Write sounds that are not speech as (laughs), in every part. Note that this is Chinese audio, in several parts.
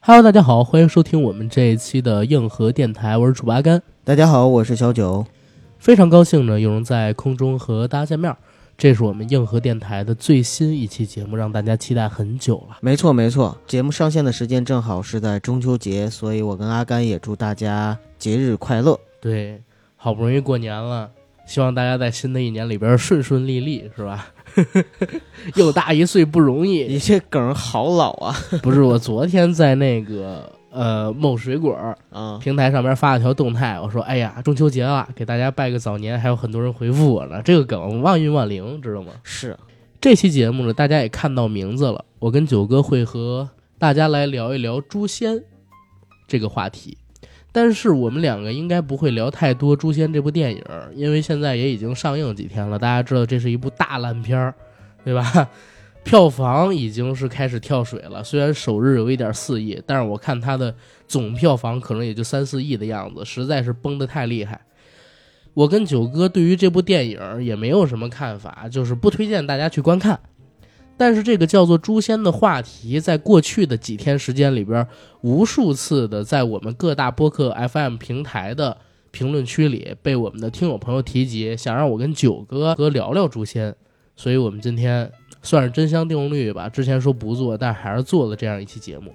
Hello，大家好，欢迎收听我们这一期的硬核电台，我是楚八甘，大家好，我是小九。非常高兴呢，又能在空中和大家见面儿。这是我们硬核电台的最新一期节目，让大家期待很久了。没错，没错，节目上线的时间正好是在中秋节，所以我跟阿甘也祝大家节日快乐。对，好不容易过年了，希望大家在新的一年里边顺顺利利，是吧？ (laughs) 又大一岁不容易。你这梗好老啊！不是，我昨天在那个呃某水果儿啊，平台上面发了条动态，我说：“哎呀，中秋节了，给大家拜个早年。”还有很多人回复我呢，这个梗忘运忘灵，知道吗？是这期节目呢，大家也看到名字了，我跟九哥会和大家来聊一聊诛仙这个话题。但是我们两个应该不会聊太多《诛仙》这部电影，因为现在也已经上映几天了。大家知道这是一部大烂片儿，对吧？票房已经是开始跳水了，虽然首日有一点四亿，但是我看它的总票房可能也就三四亿的样子，实在是崩得太厉害。我跟九哥对于这部电影也没有什么看法，就是不推荐大家去观看。但是这个叫做“诛仙”的话题，在过去的几天时间里边，无数次的在我们各大播客 FM 平台的评论区里被我们的听友朋友提及，想让我跟九哥哥聊聊《诛仙》，所以我们今天算是真香定律吧。之前说不做，但还是做了这样一期节目。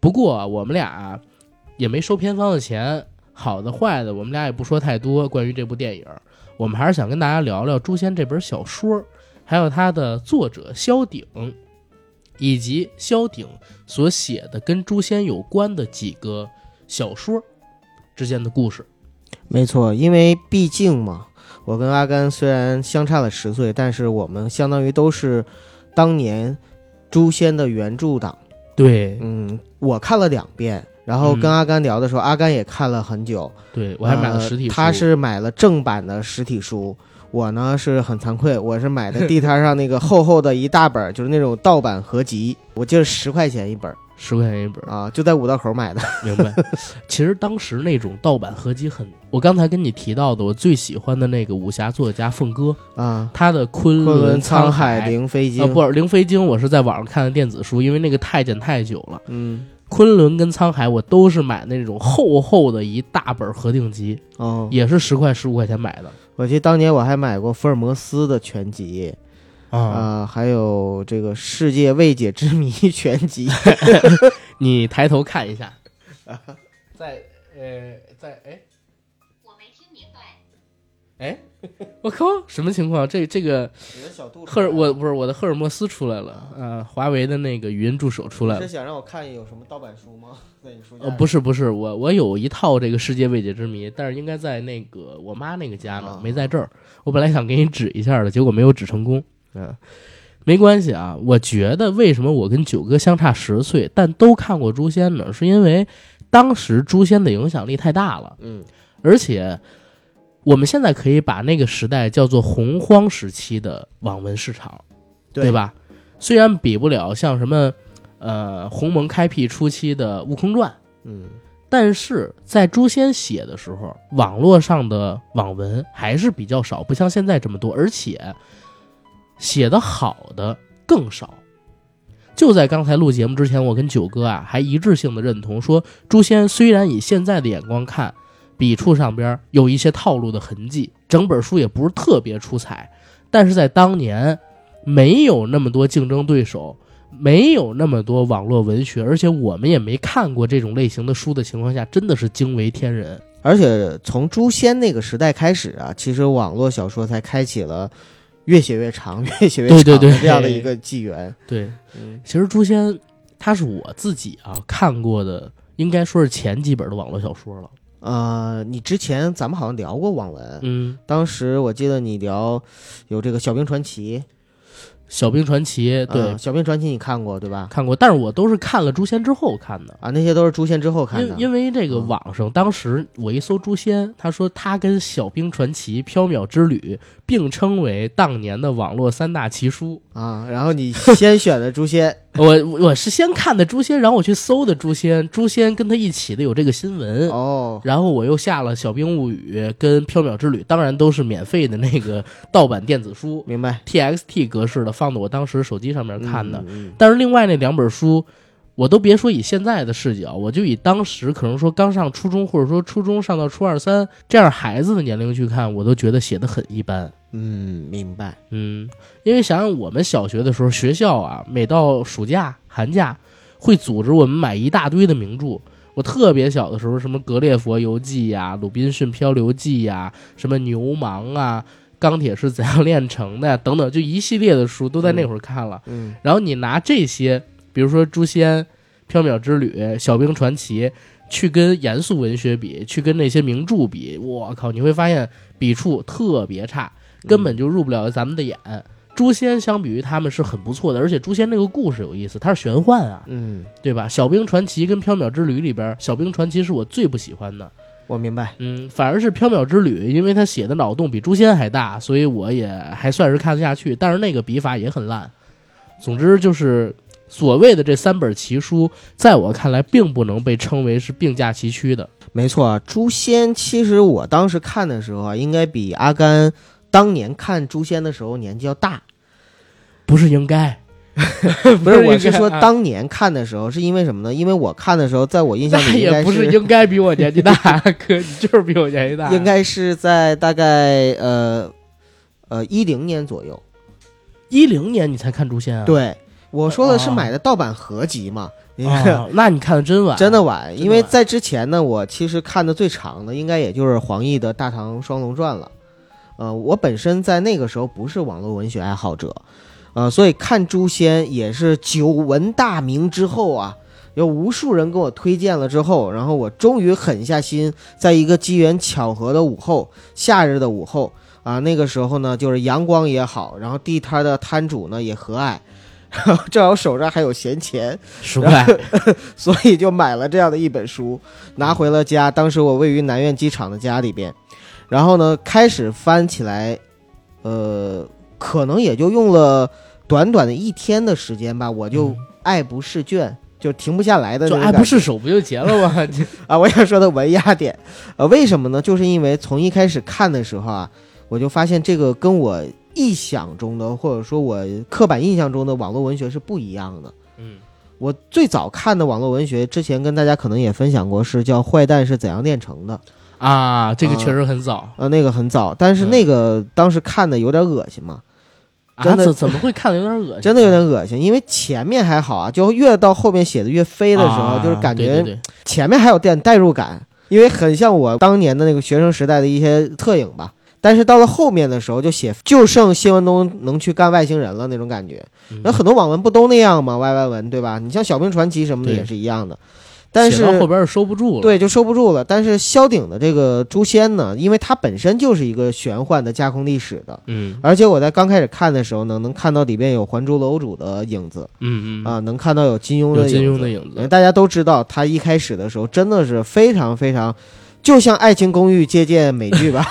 不过啊我们俩也没收片方的钱，好的坏的，我们俩也不说太多关于这部电影，我们还是想跟大家聊聊《诛仙》这本小说，还有它的作者萧鼎，以及萧鼎所写的跟诛仙有关的几个小说之间的故事。没错，因为毕竟嘛，我跟阿甘虽然相差了十岁，但是我们相当于都是当年《诛仙》的原著党。对，嗯，我看了两遍，然后跟嗯阿甘聊的时候，阿甘也看了很久。对我还买了实体呃书，他是买了正版的实体书，我呢是很惭愧，我是买的地摊上 (laughs) 那个厚厚的一大本儿，就是那种盗版合集，我记得十块钱一本儿十块钱一本，啊，就在五道口买的。明白？ (laughs) 其实当时那种盗版合集很，我刚才跟你提到的，我最喜欢的那个武侠作家凤哥，啊，他的《昆昆仑嗯沧沧海凌飞啊，经，不是《灵飞经》，我是在网上看的电子书，因为那个太监太久了。嗯，昆仑跟沧海，我都是买那种厚厚的一大本合订集，哦，也是十块十五块钱买的我记得当年我还买过福尔摩斯的全集啊。啊，还有这个世界未解之谜 (laughs) 全集。你抬头看一下，啊在呃，在哎我没听明白。哎，我靠，什么情况？这这个你的小 (laughs) 肚赫尔，我不是我的赫尔墨斯出来了，呃，华为的那个语音助手出来了是。想让我看有什么盗版书吗？在你书架呃，不是不是，我我有一套这个世界未解之谜，但是应该在那个我妈那个家呢，啊没在这儿。我本来想给你指一下的，结果没有指成功。嗯，没关系啊。我觉得为什么我跟九哥相差十岁，但都看过《诛仙》呢？是因为当时《诛仙》的影响力太大了，嗯，而且我们现在可以把那个时代叫做洪荒时期的网文市场。对？吧？虽然比不了像什么，呃，鸿蒙开辟初期的《悟空传》，嗯，但是在诛仙写的时候，网络上的网文还是比较少，不像现在这么多，而且写的好的更少。就在刚才录节目之前，我跟九哥啊还一致性的认同说，诛仙虽然以现在的眼光看，笔触上边有一些套路的痕迹，整本书也不是特别出彩，但是在当年没有那么多竞争对手，没有那么多网络文学，而且我们也没看过这种类型的书的情况下，真的是惊为天人。而且从诛仙那个时代开始啊，其实网络小说才开启了越写越长、 (laughs) 越写越长对对对的这样的一个纪元。对，嗯其实《诛仙》它是我自己啊看过的，应该说是前几本的网络小说了。呃，你之前咱们好像聊过网文，嗯，当时我记得你聊有这个《小兵传奇》 《小兵传奇》对、呃小兵传奇》你看过对吧？看过，但是我都是看了《诛仙》之后看的。啊，那些都是诛仙之后看因的。因为这个嗯网上，当时我一搜《诛仙》，他说他跟《小兵传奇》《缥缈之旅》并称为当年的网络三大奇书。啊，然后你先选的 (laughs) 诛仙，我我是先看的《诛仙》，然后我去搜的《诛仙》，《诛仙》跟他一起的有这个新闻，哦，然后我又下了《小兵物语》跟《缥缈之旅》，当然都是免费的那个盗版电子书明白，TXT 格式的，放到我当时手机上面看的。嗯嗯嗯但是另外那两本书，我都别说以现在的视角，我就以当时可能说刚上初中，或者说初中上到初二三这样孩子的年龄去看，我都觉得写的很一般。嗯，明白。嗯，因为想想我们小学的时候，学校啊，每到暑假、寒假，会组织我们买一大堆的名著。我特别小的时候，什么《格列佛游记》呀，《鲁滨逊漂流记》呀，什么《牛虻》啊，《钢铁是怎样炼成的》呀，等等，就一系列的书都在那会儿看了。嗯然后你拿这些，比如说《诛仙》《缥缈之旅》《小兵传奇》，去跟严肃文学比，去跟那些名著比，我靠，你会发现笔触特别差，根本就入不了咱们的眼。诛仙相比于他们是很不错的，而且诛仙这个故事有意思，它是玄幻啊，嗯，对吧？《小兵传奇》跟《缥缈之旅》里边，《小兵传奇》是我最不喜欢的，我明白。嗯，反而是《缥缈之旅》，因为它写的脑洞比《诛仙》还大，所以我也还算是看得下去。但是那个笔法也很烂。总之就是，所谓的这三本奇书，在我看来，并不能被称为是并驾齐驱的。没错啊，《诛仙》其实我当时看的时候啊，应该比阿甘当年看《诛仙》的时候年纪 (laughs) 要大。不是应 (laughs) 该，不是，我是应该说啊当年看的时候，是因为什么呢？因为我看的时候，在我印象那里应也该不是应该比我年 (laughs) 纪大，哥，你就是比我年纪大。应该是在大概呃呃一零年左右。一零年你才看《诛仙》啊？对，我说的是哦买的盗版合集嘛，你啊，那你看的真晚，真的晚，晚因为在之前呢，我其实看的最长的应该也就是黄奕的《大唐双龙传》了。呃，我本身在那个时候不是网络文学爱好者，呃，所以看《诛仙》也是久闻大名之后啊，有无数人给我推荐了之后，然后我终于狠下心，在一个机缘巧合的午后，夏日的午后啊、那个时候呢，就是阳光也好，然后地摊的摊主呢也和蔼， (laughs) 然后正好手上还有闲钱，十块，所以就买了这样的一本书，拿回了家。当时我位于南苑机场的家里边，然后呢，开始翻起来，呃，可能也就用了短短的一天的时间吧，我就嗯爱不释卷，就停不下来 (laughs) 的那就种爱感觉。不释手不就结了吗？ (laughs) 这 (laughs) 啊，我想说的文雅点，呃，为什么呢？就是因为从一开始看的时候啊，我就发现这个跟我臆想中的，或者说我刻板印象中的网络文学是不一样的。嗯，我最早看的网络文学，之前跟大家可能也分享过，是叫《坏蛋是怎样炼成的》。啊，这个确实很早。呃，那个很早，但嗯是那个当时看的有点恶心嘛，真的啊、怎怎么会呃看的有点恶心？真的有点恶心。因为前面还好啊，就越到后面写的越飞的时候，啊就是感对对觉对前面还有点代入感，因为很像我当年的那个学生时代的一些特影吧。但是到了后面的时候，就写就剩谢文东能去干外星人了那种感觉。嗯那很多网文不都那样吗？Y Y 文对吧？你像《小兵传奇》什么的对也是一样的。但写是到后边儿收不住了。对，就收不住了。但是萧鼎的这个《诛仙》呢，因为它本身就是一个玄幻的架空历史的，嗯而且我在刚开始看的时候呢，能看到里边有《还珠楼主》的影子嗯嗯啊、，能看到有金庸有的金影庸子。的影呃子，大家都知道，他一开始的时候真的是非常非常，就像《爱情公寓》借鉴美剧吧，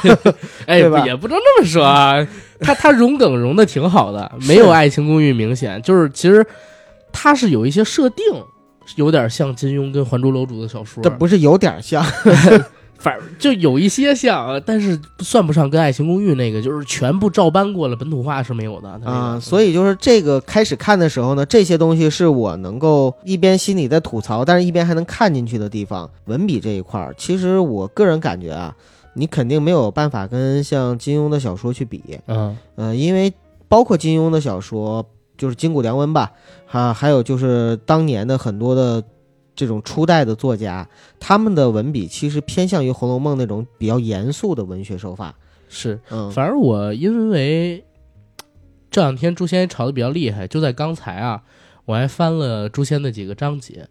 哎，对不吧也不能这么说 (laughs) 啊。他他融梗融的挺好的，没有《是爱情公寓》明显，就是其实他是有一些设定，有点像金庸跟《还珠楼主》的小说这，不是有点像？反正就有一些像，但是算不上跟《爱情公寓》那个，就是全部照搬过了，本土化是没有的他那个啊、所以就是这个开始看的时候呢，这些东西是我能够一边心里在吐槽，但是一边还能看进去的地方。文笔这一块儿，其实我个人感觉啊，你肯定没有办法跟像金庸的小说去比，嗯呃，因为包括金庸的小说，就是金谷良文吧，啊，还有就是当年的很多的这种初代的作家，他们的文笔其实偏向于《红楼梦》那种比较严肃的文学手法。是，嗯，反正我因为这两天《诛仙》炒的比较厉害，就在刚才啊，我还翻了《诛仙》的几个章节，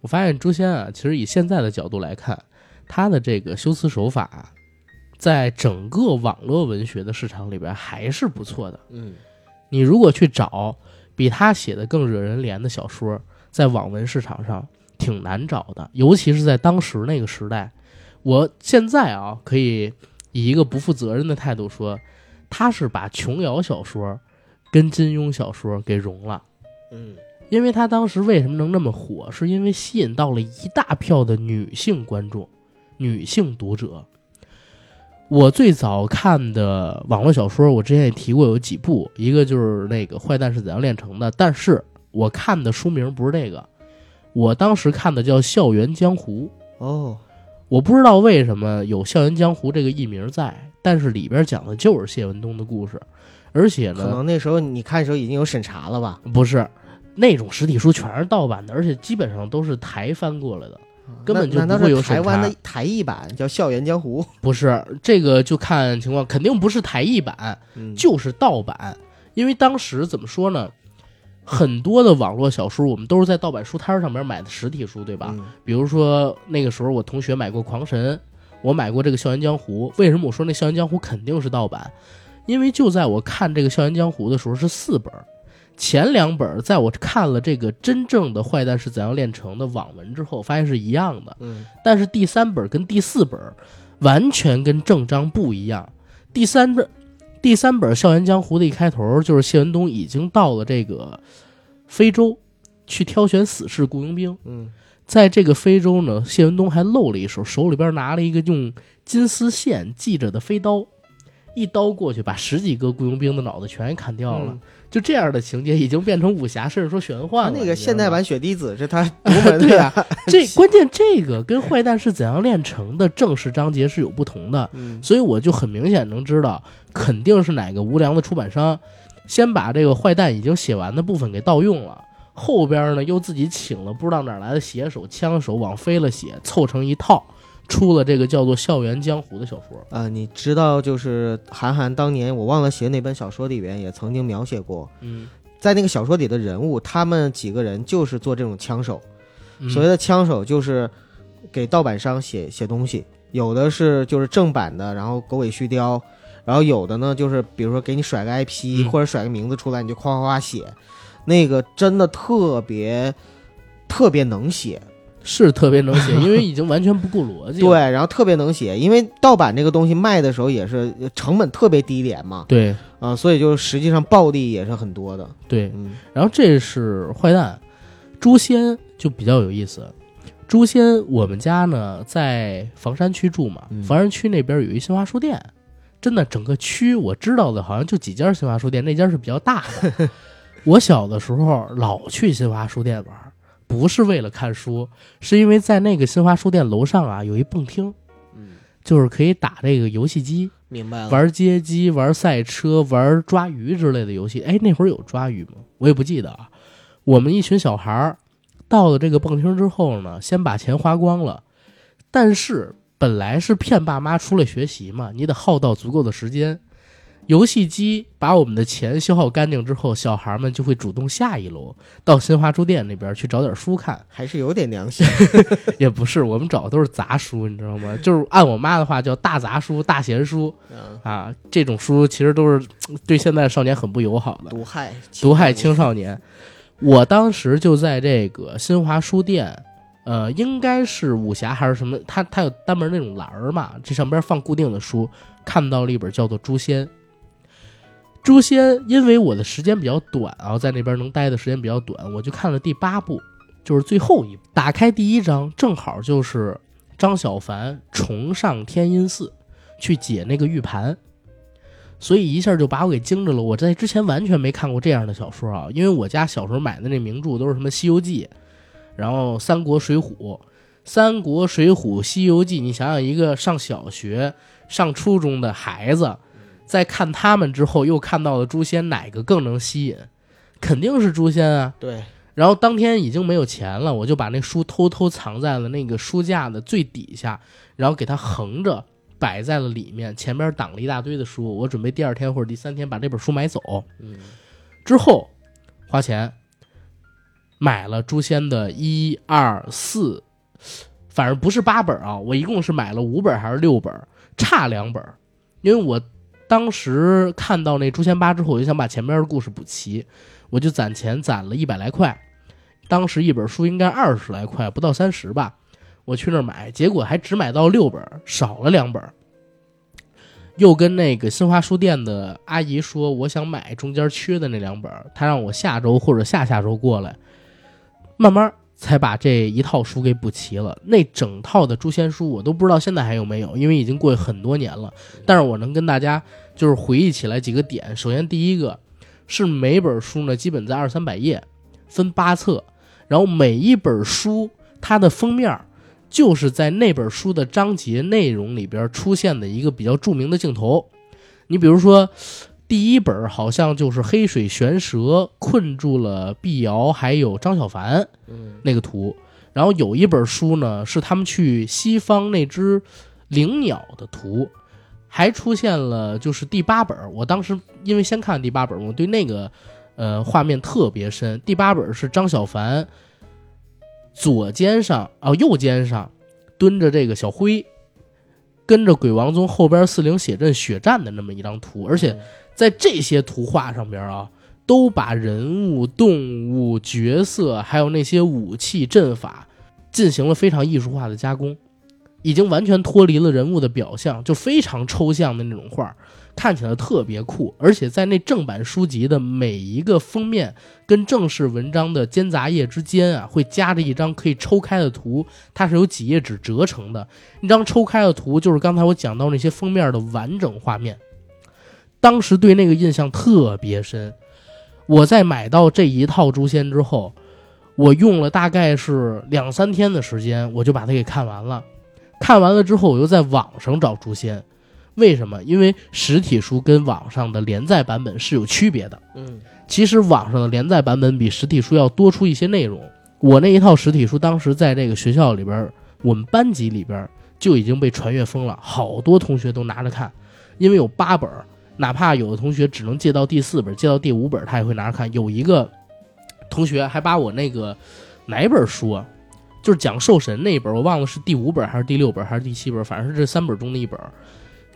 我发现《诛仙》啊，其实以现在的角度来看，它的这个修辞手法啊，在整个网络文学的市场里边还是不错的。嗯，你如果去找比他写的更惹人怜的小说，在网文市场上挺难找的，尤其是在当时那个时代。我现在啊，可以以一个不负责任的态度说，他是把琼瑶小说跟金庸小说给融了。嗯，因为他当时为什么能那么火，是因为吸引到了一大票的女性观众、女性读者。我最早看的网络小说，我之前也提过有几部，一个就是那个《坏蛋是怎样炼成的》，但是我看的书名不是这个，我当时看的叫《校园江湖》，哦，我不知道为什么有《校园江湖》这个艺名在，但是里边讲的就是谢文东的故事，而且可呢，能那时候你看的时候已经有审查了吧？不是那种实体书全是盗版的，而且基本上都是台翻过来的。嗯根本就那难道不会有是台审查湾的台译版叫《校园江湖》不是这个就看情况，肯定不是台译版，嗯，就是盗版。因为当时怎么说呢，很多的网络小说我们都是在盗版书摊上面买的实体书，对吧？嗯？比如说那个时候我同学买过《狂神》，我买过这个《校园江湖》。为什么我说那《校园江湖》肯定是盗版？因为就在我看这个《校园江湖》的时候是四本儿，前两本儿在我看了这个真正的《坏蛋是怎样炼成的》网文之后，发现是一样的。嗯，但是第三本跟第四本完全跟正章不一样。第三本，第三本《校园江湖》的一开头就是谢文东已经到了这个非洲去挑选死士雇佣兵。嗯，在这个非洲呢，谢文东还露了一手，手里边拿了一个用金丝线系着的飞刀，一刀过去把十几个雇佣兵的脑袋全砍掉了。嗯就这样的情节已经变成武侠，甚至说玄幻他了。那你个知现道吗代版雪滴子是他独门 (laughs) 的呀。 (laughs) 这关键这个跟坏蛋是怎样炼成的正式章节是有不同的，嗯所以我就很明显能知道，肯定是哪个无良的出版商先把这个坏蛋已经写完的部分给盗用了，后边呢又自己请了不知道哪儿来的写手、枪手往飞了写，凑成一套，出了这个叫做《校园江湖》的小说。呃，你知道，就是韩寒当年我忘了写哪本小说里边也曾经描写过，嗯，在那个小说里的人物，他们几个人就是做这种枪手。所嗯谓以的枪手就是给盗版商写写东西，有的是就是正版的，然后狗尾续貂，然后有的呢就是比如说给你甩个 IP、嗯或者甩个名字出来，你就夸夸夸写，那个真的特别特别能写，是特别能 (laughs) 写，因为已经完全不顾逻辑对，了。然后特别能写，因为盗版这个东西卖的时候也是呃成本特别低廉嘛，对啊、所以就是实际上暴利也是很多的，对，嗯然后这是坏蛋，诛仙就比较有意思。诛仙，我们家呢在房山区住嘛嗯，房山区那边有一新华书店，真的整个区我知道的好像就几家新华书店，那家是比较大的。 (laughs) 我小的时候老去新华书店玩儿，不是为了看书，是因为在那个新华书店楼上啊有一蹦厅，嗯，就是可以打这个游戏机，明白了，玩街机、玩赛车、玩抓鱼之类的游戏。哎，那会儿有抓鱼吗？我也不记得啊。我们一群小孩儿到了这个蹦厅之后呢，先把钱花光了，但是本来是骗爸妈出来学习嘛，你得耗到足够的时间。游戏机把我们的钱消耗干净之后，小孩儿们就会主动下一楼到新华书店那边去找点书看。还是有点良心，也不是，我们找的都是杂书，你知道吗？就是按我妈的话叫大杂书、大闲书嗯啊，这种书其实都是嘖对现在少年很不友好的，毒害毒害青少年。我当时就在这个新华书店，呃，应该是武侠还是什么，它它有单门那种栏儿嘛，这上边放固定的书，看到了一本叫做《诛仙》。诛仙，因为我的时间比较短啊，在那边能待的时间比较短，我就看了第八部，就是最后一部。打开第一章，正好就是张小凡重上天音寺去解那个玉盘，所以一下就把我给惊着了。我在之前完全没看过这样的小说啊，因为我家小时候买的那名著都是什么《西游记》，然后《三国》《水浒》。《三国》《水浒》《西游记》，你想想，一个上小学、上初中的孩子，在看他们之后，又看到了诛仙，哪个更能吸引？肯定是诛仙啊！对，然后当天已经没有钱了，我就把那书偷偷藏在了那个书架的最底下，然后给它横着摆在了里面，前边挡了一大堆的书。我准备第二天或者第三天把这本书买走，嗯之后花钱买了《诛仙》的一二四，反正不是八本啊，我一共是买了五本还是六本，差两本，因为我当时看到那《诛仙八》之后，我就想把前面的故事补齐，我就攒钱攒了一百来块，当时一本书应该二十来块，不到三十吧。我去那儿买，结果还只买到六本，少了两本。又跟那个新华书店的阿姨说，我想买中间缺的那两本儿，她让我下周或者下下周过来，慢慢儿才把这一套书给补齐了。那整套的《诛仙书》我都不知道现在还有没有，因为已经过去很多年了。但是我能跟大家就是回忆起来几个点。首先第一个是每本书呢，基本在二三百页，分八册，然后每一本书它的封面儿就是在那本书的章节内容里边出现的一个比较著名的镜头。你比如说，第一本好像就是黑水玄蛇困住了碧瑶还有张小凡嗯那个图，然后有一本书呢是他们去西方那只灵鸟的图，还出现了就是第八本儿。我当时因为先看第八本儿，我对那个呃画面特别深。第八本儿是张小凡左肩上哦、右肩上蹲着这个小灰，跟着鬼王宗后边四灵血阵血战的那么一张图，而且在这些图画上边啊，都把人物、动物、角色，还有那些武器、阵法进行了非常艺术化的加工，已经完全脱离了人物的表象，就非常抽象的那种画，看起来特别酷。而且在那正版书籍的每一个封面跟正式文章的间杂页之间啊，会夹着一张可以抽开的图，它是由几页纸折成的。那张抽开的图就是刚才我讲到那些封面的完整画面。当时对那个印象特别深。我在买到这一套《诛仙》之后，我用了大概是两三天的时间，我就把它给看完了。看完了之后，我又在网上找《诛仙》，为什么？因为实体书跟网上的连载版本是有区别的。嗯其实网上的连载版本比实体书要多出一些内容。我那一套实体书当时在这个学校里边儿，我们班级里边儿就已经被传阅疯了，好多同学都拿着看，因为有八本儿，哪怕有的同学只能借到第四本儿，借到第五本儿，他也会拿着看。有一个同学还把我那个哪一本书啊，就是讲兽神那一本儿，我忘了是第五本儿还是第六本儿还是第七本儿，反正是这三本儿中的一本儿，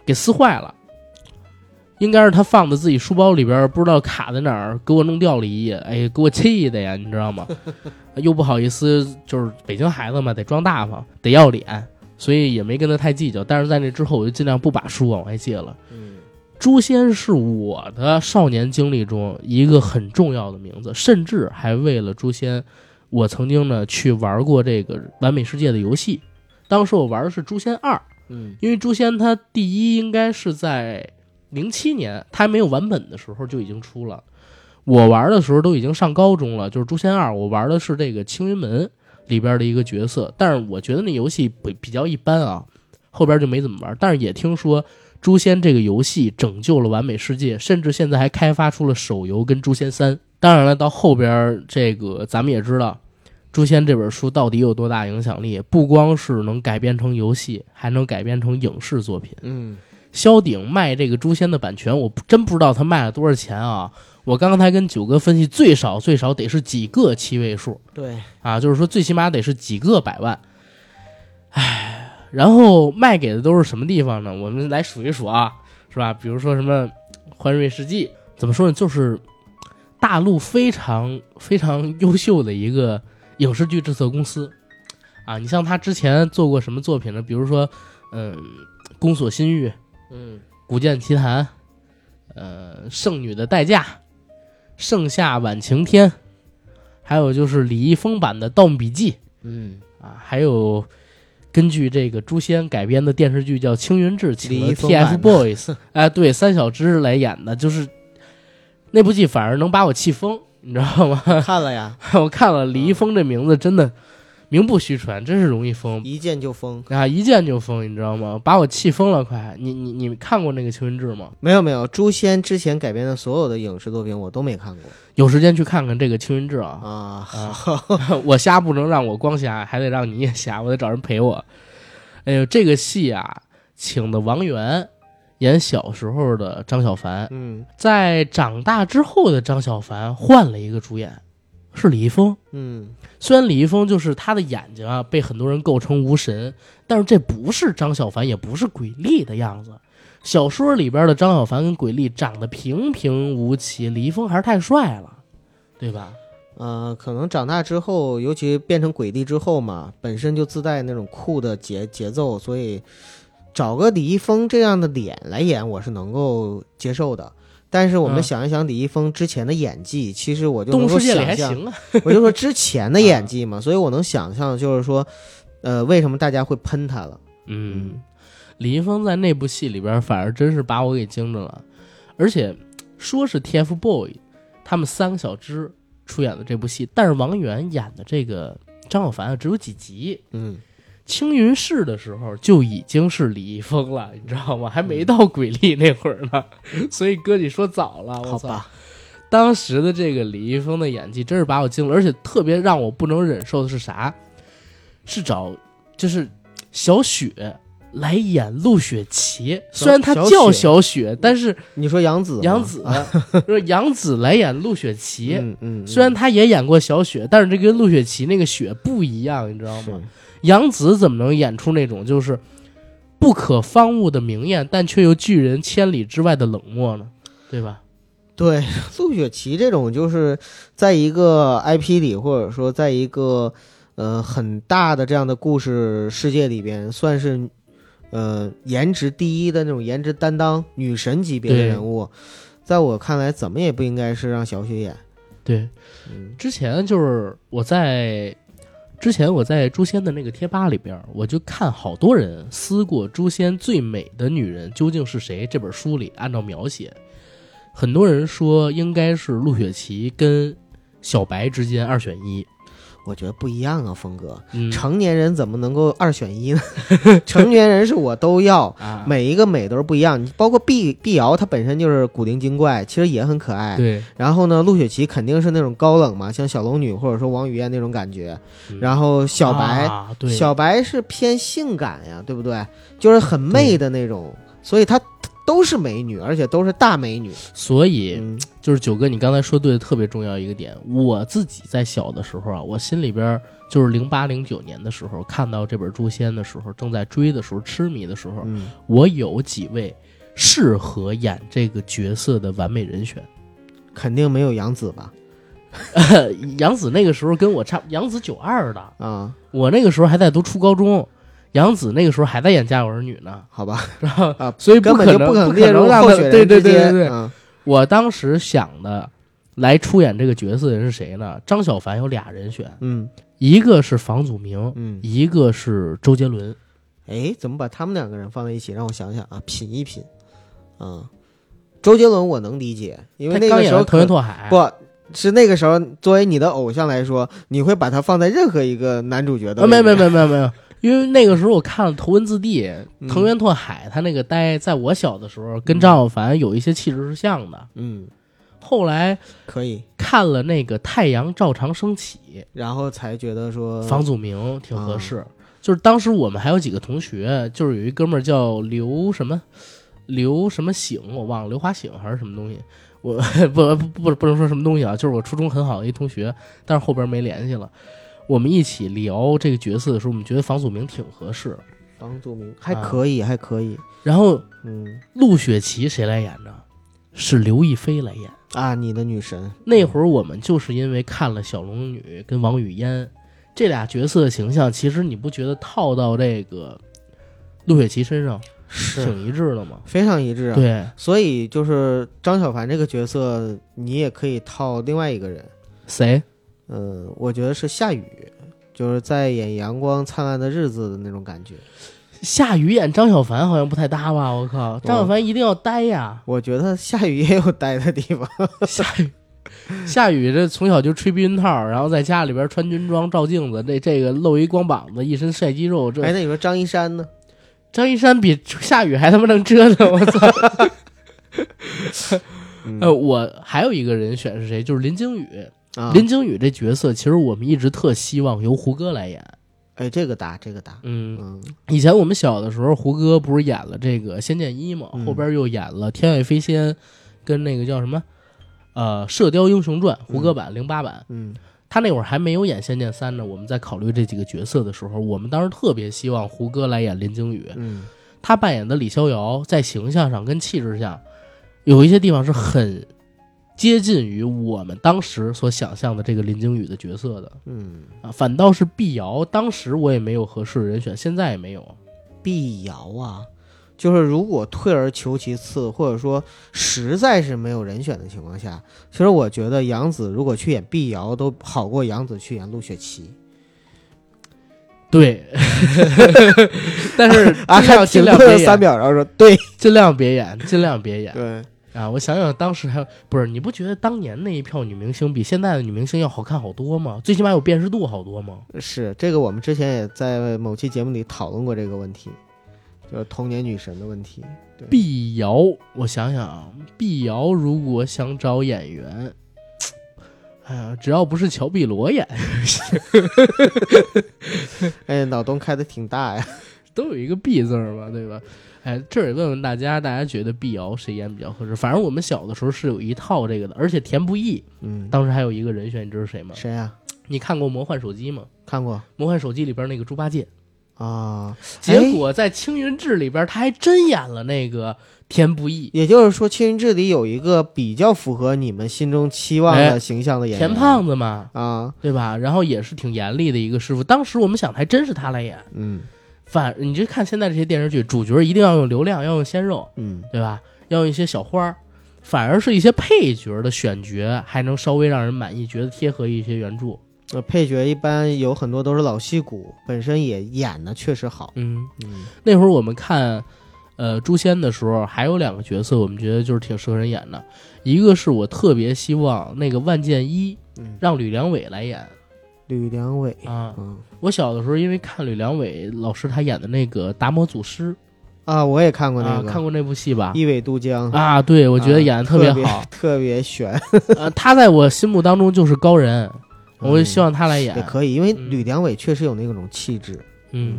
给撕坏了。应该是他放在自己书包里边儿，不知道卡在哪儿，给我弄掉了一页。哎，给我气的呀，你知道吗？又不好意思，就是北京孩子嘛，得装大方，得要脸，所以也没跟他太计较。但是在那之后，我就尽量不把书往外借了。嗯诛仙是我的少年经历中一个很重要的名字，甚至还为了诛仙，我曾经呢去玩过这个完美世界的游戏。当时我玩的是《诛仙二》，嗯因为《诛仙》它第一应该是在零七年，它还没有完本的时候就已经出了。我玩的时候都已经上高中了，就是《诛仙二》，我玩的是这个青云门里边的一个角色，但是我觉得那游戏比比较一般啊，后边就没怎么玩。但是也听说《诛仙》这个游戏拯救了完美世界，甚至现在还开发出了手游跟《诛仙三》。当然了，到后边这个咱们也知道，《诛仙》这本书到底有多大影响力？不光是能改编成游戏，还能改编成影视作品。嗯萧鼎卖这个《诛仙》的版权，我不真不知道他卖了多少钱啊！我刚才跟九哥分析，最少最少得是几个七位数对，啊，就是说最起码得是几个百万。唉，然后卖给的都是什么地方呢？我们来数一数啊，是吧？比如说什么欢瑞世纪，怎么说呢？就是大陆非常非常优秀的一个影视剧制作公司啊。你像他之前做过什么作品呢？比如说，嗯，《宫锁心玉》。嗯《古剑奇谭》，呃，《圣女的代价》，《盛夏晚晴天》，还有就是李易峰版的《盗墓笔记嗯，》啊，还有根据这个《诛仙》改编的电视剧叫《青云志》，请李了易峰版的 TFBOYS，哎、 (laughs) 对，三小只来演的，就是那部剧反而能把我气疯，你知道吗？ (laughs) 嗯看了呀，我看了李易峰这名字真的名不虚传，真是容易疯。一见就疯。啊！一见就疯，你知道吗？把我气疯了，快！你你你看过那个《青云志》吗？没有没有，诛仙之前改编的所有的影视作品我都没看过有时间去看看这个《青云志》啊！啊。啊 (laughs) 好，我瞎不能让我光瞎，还得让你也瞎，我得找人陪我。哎呦，这个戏啊，请的王源演小时候的张小凡，嗯在长大之后的张小凡换了一个主演，是李易峰。嗯虽然李易峰就是他的眼睛啊，被很多人构成无神，但是这不是张小凡，也不是鬼力的样子。小说里边的张小凡跟鬼力长得平平无奇，李易峰还是太帅了，对吧？呃，可能长大之后，尤其变成鬼帝之后嘛，本身就自带那种酷的节节奏，所以找个李易峰这样的脸来演，我是能够接受的。但是我们嗯想一想李易峰之前的演技，其实我就动能物够世界里想还象，行啊，啊我就说之前的演 (laughs) 技嘛，所以我能想象就是说，呃，为什么大家会喷他了？嗯，李易峰在那部戏里边反而真是把我给惊着了，而且说是 TFBOY，s 他们三个小只出演的这部戏，但是王源演的这个张小凡啊，只有几集。嗯，青云市的时候就已经是李易峰了，你知道吗？还没到鬼力那会儿呢，所以哥你说早了，我好操！吧，当时的这个李易峰的演技真是把我惊了，而且特别让我不能忍受的是啥？是找就是小雪来演陆雪琪，小虽然她叫小雪，但是你说杨紫吗，杨紫 (laughs) 说杨紫来演陆雪琪，嗯嗯，虽然她也演过小雪，但是这跟陆雪琪那个雪不一样，你知道嗯吗？是杨紫怎么能演出那种就是不可方物的明艳，但却又拒人千里之外的冷漠呢？对吧？对陆雪琪这种，就是在一个 IP 里，或者说在一个呃很大的这样的故事世界里边，算是呃颜值第一的那种颜值担当女神级别的对人物，在我看来，怎么也不应该是让小雪演。对，嗯之前就是我在之前我在诛仙的那个贴吧里边儿，我就看好多人撕过《诛仙最美的女人究竟是谁》这本书里按照描写，很多人说应该是陆雪琪跟小白之间二选一。我觉得不一样啊，峰哥，嗯成年人怎么能够二选一呢？ (laughs) 成年人是我都要，啊，每一个美都是不一样。你包括碧碧瑶，她本身就是古灵精怪，其实也很可爱。对，然后呢，陆雪琪肯定是那种高冷嘛，像小龙女或者说王语嫣那种感觉。嗯然后小白，啊、对小白是偏性感呀，对不对？就是很媚的那种，所以她都是美女，而且都是大美女。所以嗯就是九哥，你刚才说对的特别重要一个点。我自己在小的时候啊，我心里边儿就是零八零九年的时候看到这本《诛仙》的时候，正在追的时候，痴迷的时候，嗯，我有几位适合演这个角色的完美人选。 (laughs) 肯定没有杨紫吧？杨紫那个时候跟我差，杨紫九二的，啊，我那个时候还在读初高中，杨紫那个时候还在演《家有儿女》呢，好吧，然后啊所以根可本就哎能不可能可列入能让候她选人对对之对对间对，啊我当时想的来出演这个角色的人是谁呢？张小凡有俩人选，嗯一个是房祖名，嗯，一个是周杰伦。哎，怎么把他们两个人放在一起？让我想想啊，品一品。嗯，周杰伦我能理解，因为他那刚个演时完候《藤可原拓海》，不是那个时候，作为你的偶像来说，你会把他放在任何一个男主角的啊，位置、没没没没没有，因为那个时候我看了《头文字 D》，嗯藤原拓海他那个呆，在我小的时候跟张小凡有一些气质是像的。嗯，后来可以，看了那个《太阳照常升起然后才觉得说》，房祖名挺合适。就是当时我们还有几个同学，就是有一哥们儿叫刘什么刘什么醒，我忘了刘华醒还是什么东西。我 (laughs) 不不不不能说什么东西啊，就是我初中很好的一同学，但是后边没联系了。我们一起聊这个角色的时候，我们觉得房祖名挺合适。房祖名还可啊以，还可以，然后嗯陆雪琪谁来演呢？是刘亦菲来演。啊，你的女神那会儿我们就是因为看了小龙女跟王语嫣这俩角色的形象，其实你不觉得套到这个陆雪琪身上是挺一致的吗？非常一致啊。对，所以就是张小凡这个角色，你也可以套另外一个人，谁？嗯，我觉得是夏雨，就是在演《阳光灿烂的日子》的那种感觉。！夏雨演张小凡好像不太搭吧？我靠，张小凡一定要呆呀 (laughs) 我觉得夏雨也有呆的地方，夏雨，夏雨这从小就吹避孕套，然后在家里边穿军装照镜子，这这个露一光膀子，一身晒肌肉，这哎，那你说张一山呢？张一山比夏雨还他妈能折腾，我操！嗯 (laughs) 呃，我还有一个人选是谁？就是林惊宇。啊，林惊宇这角色，其实我们一直特希望由胡歌来演。哎，这个搭，这个搭，嗯，嗯以前我们小的时候，胡歌不是演了这个《仙剑一》嘛，嗯后边又演了《天外飞仙》，跟那个叫什么，呃，《射雕英雄传》胡歌版零八版。嗯他那会儿还没有演《仙剑三》呢。我们在考虑这几个角色的时候，我们当时特别希望胡歌来演林惊宇。嗯，他扮演的李逍遥在形象上跟气质上，有一些地方是很接近于我们当时所想象的这个林惊宇的角色的嗯，啊，反倒是碧瑶，当时我也没有合适的人选，现在也没有。碧瑶啊，就是如果退而求其次，或者说实在是没有人选的情况下，其实我觉得杨紫如果去演碧瑶，都好过杨紫去演陆 (laughs) 雪琪。对， (laughs) 但是啊，尽量尽量看停 (laughs) 啊别顿了三演， (laughs) 秒，然后说对尽量别演，尽量别演。对，啊，我想想，当时还有不是？你不觉得当年那一票女明星比现在的女明星要好看好多吗？最起码有辨识度好多吗？是这个，我们之前也在某期节目里讨论过这个问题，就是童年女神的问题。碧瑶，我想想啊，碧瑶如果想找演员，哎呀，只要不是乔碧萝演， (laughs) 哎，脑洞开的挺大呀。都有一个碧字儿嘛，对吧？哎，这儿也问问大家，大家觉得碧瑶谁演比较合适？反正我们小的时候是有一套这个的，而且田不易嗯，当时还有一个人选，你知道是谁吗？谁呀、你看过《魔幻手机》吗？看过《魔幻手机》里边那个猪八戒，啊？结果在《青云志》里边他还真演了那个田不易，也就是说，《青云志》里有一个比较符合你们心中期望哎的形象的演员，田胖子嘛，啊，对吧？然后也是挺严厉的一个师傅。当时我们想，还真是他来演。嗯反你就看现在这些电视剧，主角一定要用流量，要用鲜肉，嗯，对吧？要用一些小花儿，反而是一些配角的选角还能稍微让人满意，觉得贴合一些原著。呃，配角一般有很多都是老戏骨，本身也演的确实好。嗯，嗯那会儿我们看，呃，《诛仙》的时候，还有两个角色，我们觉得就是挺适合人演的。一个是我特别希望那个万剑一嗯，让吕良伟来演吕良伟，啊。嗯我小的时候因为看吕良伟老师他演的那个《达摩祖师》啊，我也看过那啊，个，看过那部戏吧？一苇渡江，啊，对，我觉得啊演的特别别好，特别悬，呃，他在我心目当中就是高人，我就嗯希望他来演也。可以，因为嗯吕良伟确实有那种气质。嗯，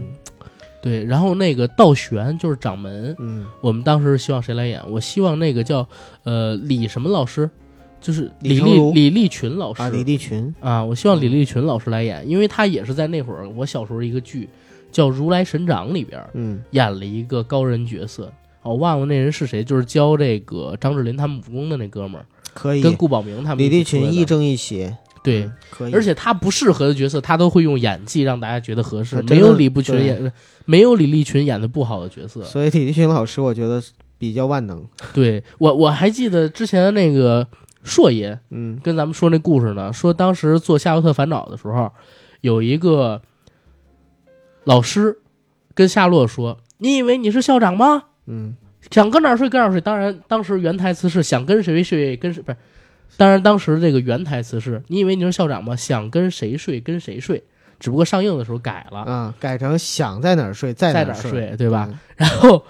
对。然后那个道玄就是掌门，嗯，我们当时希望谁来演？我希望那个叫呃李什么老师，就是李李成立儒李立群老师啊，李立嗯群，啊我希望李立群老师来演，因为他也是在那会儿我小时候一个剧叫《如来神掌》里边嗯演了一个高人角色。哦我忘了那人是谁，就是教这个张智霖他们武功的那哥们儿，可以。跟顾宝明他们李一立起出来的群亦正亦邪，对，嗯，可以。而且他不适合的角色，他都会用演技让大家觉得合适。啊没真的有李不群对演，没有李立群演的不好的角色。所以李立群老师，我觉得比较万能。对我我还记得之前那个硕爷嗯跟咱们说那故事呢，说当时做《夏洛特烦恼》的时候，有一个老师跟夏洛说：“你以为你是校长吗？嗯，想跟哪儿睡跟哪儿睡。”当然，当时原台词是想跟谁睡跟谁不是。当然，当时这个原台词是你以为你是校长吗？想跟谁睡跟谁睡，只不过上映的时候改了。啊，改成想在哪儿睡在在哪哪儿儿睡，对吧？ (laughs) 嗯然后，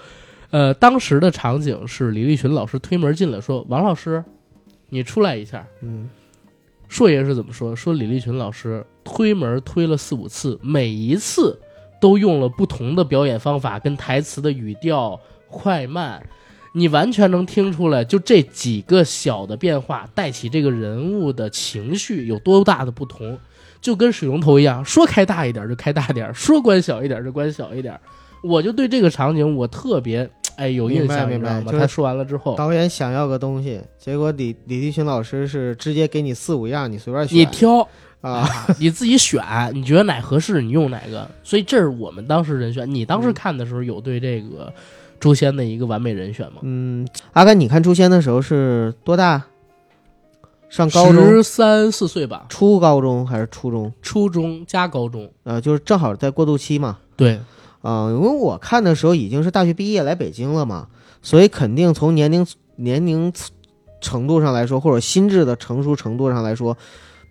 呃，当时的场景是李立群老师推门进来，说：“王老师，你出来一下。嗯，”硕爷是怎么说？说李立群老师推门推了四五次，每一次都用了不同的表演方法，跟台词的语调、快慢，你完全能听出来，就这几个小的变化带起这个人物的情绪有多大的不同。就跟水龙头一样，说开大一点就开大点，说关小一点就关小一点。我就对这个场景我特别哎有印明白象，明白你知道吗？就是他说完了之后，嗯导演想要个东西，结果李李立群老师是直接给你四五样，你随便选。你挑，啊，你自己选，你觉得哪合适你用哪个。所以这是我们当时人选。你当嗯时看的时候有对这个诛仙的一个完美人选吗？嗯，阿甘，你看《诛仙》的时候是多大？上高中、十三四岁吧，初高中还是初中？初中加高中。呃，就是正好在过渡期嘛。对，啊、因为我看的时候已经是大学毕业来北京了嘛，所以肯定从年龄年龄程度上来说，或者心智的成熟程度上来说，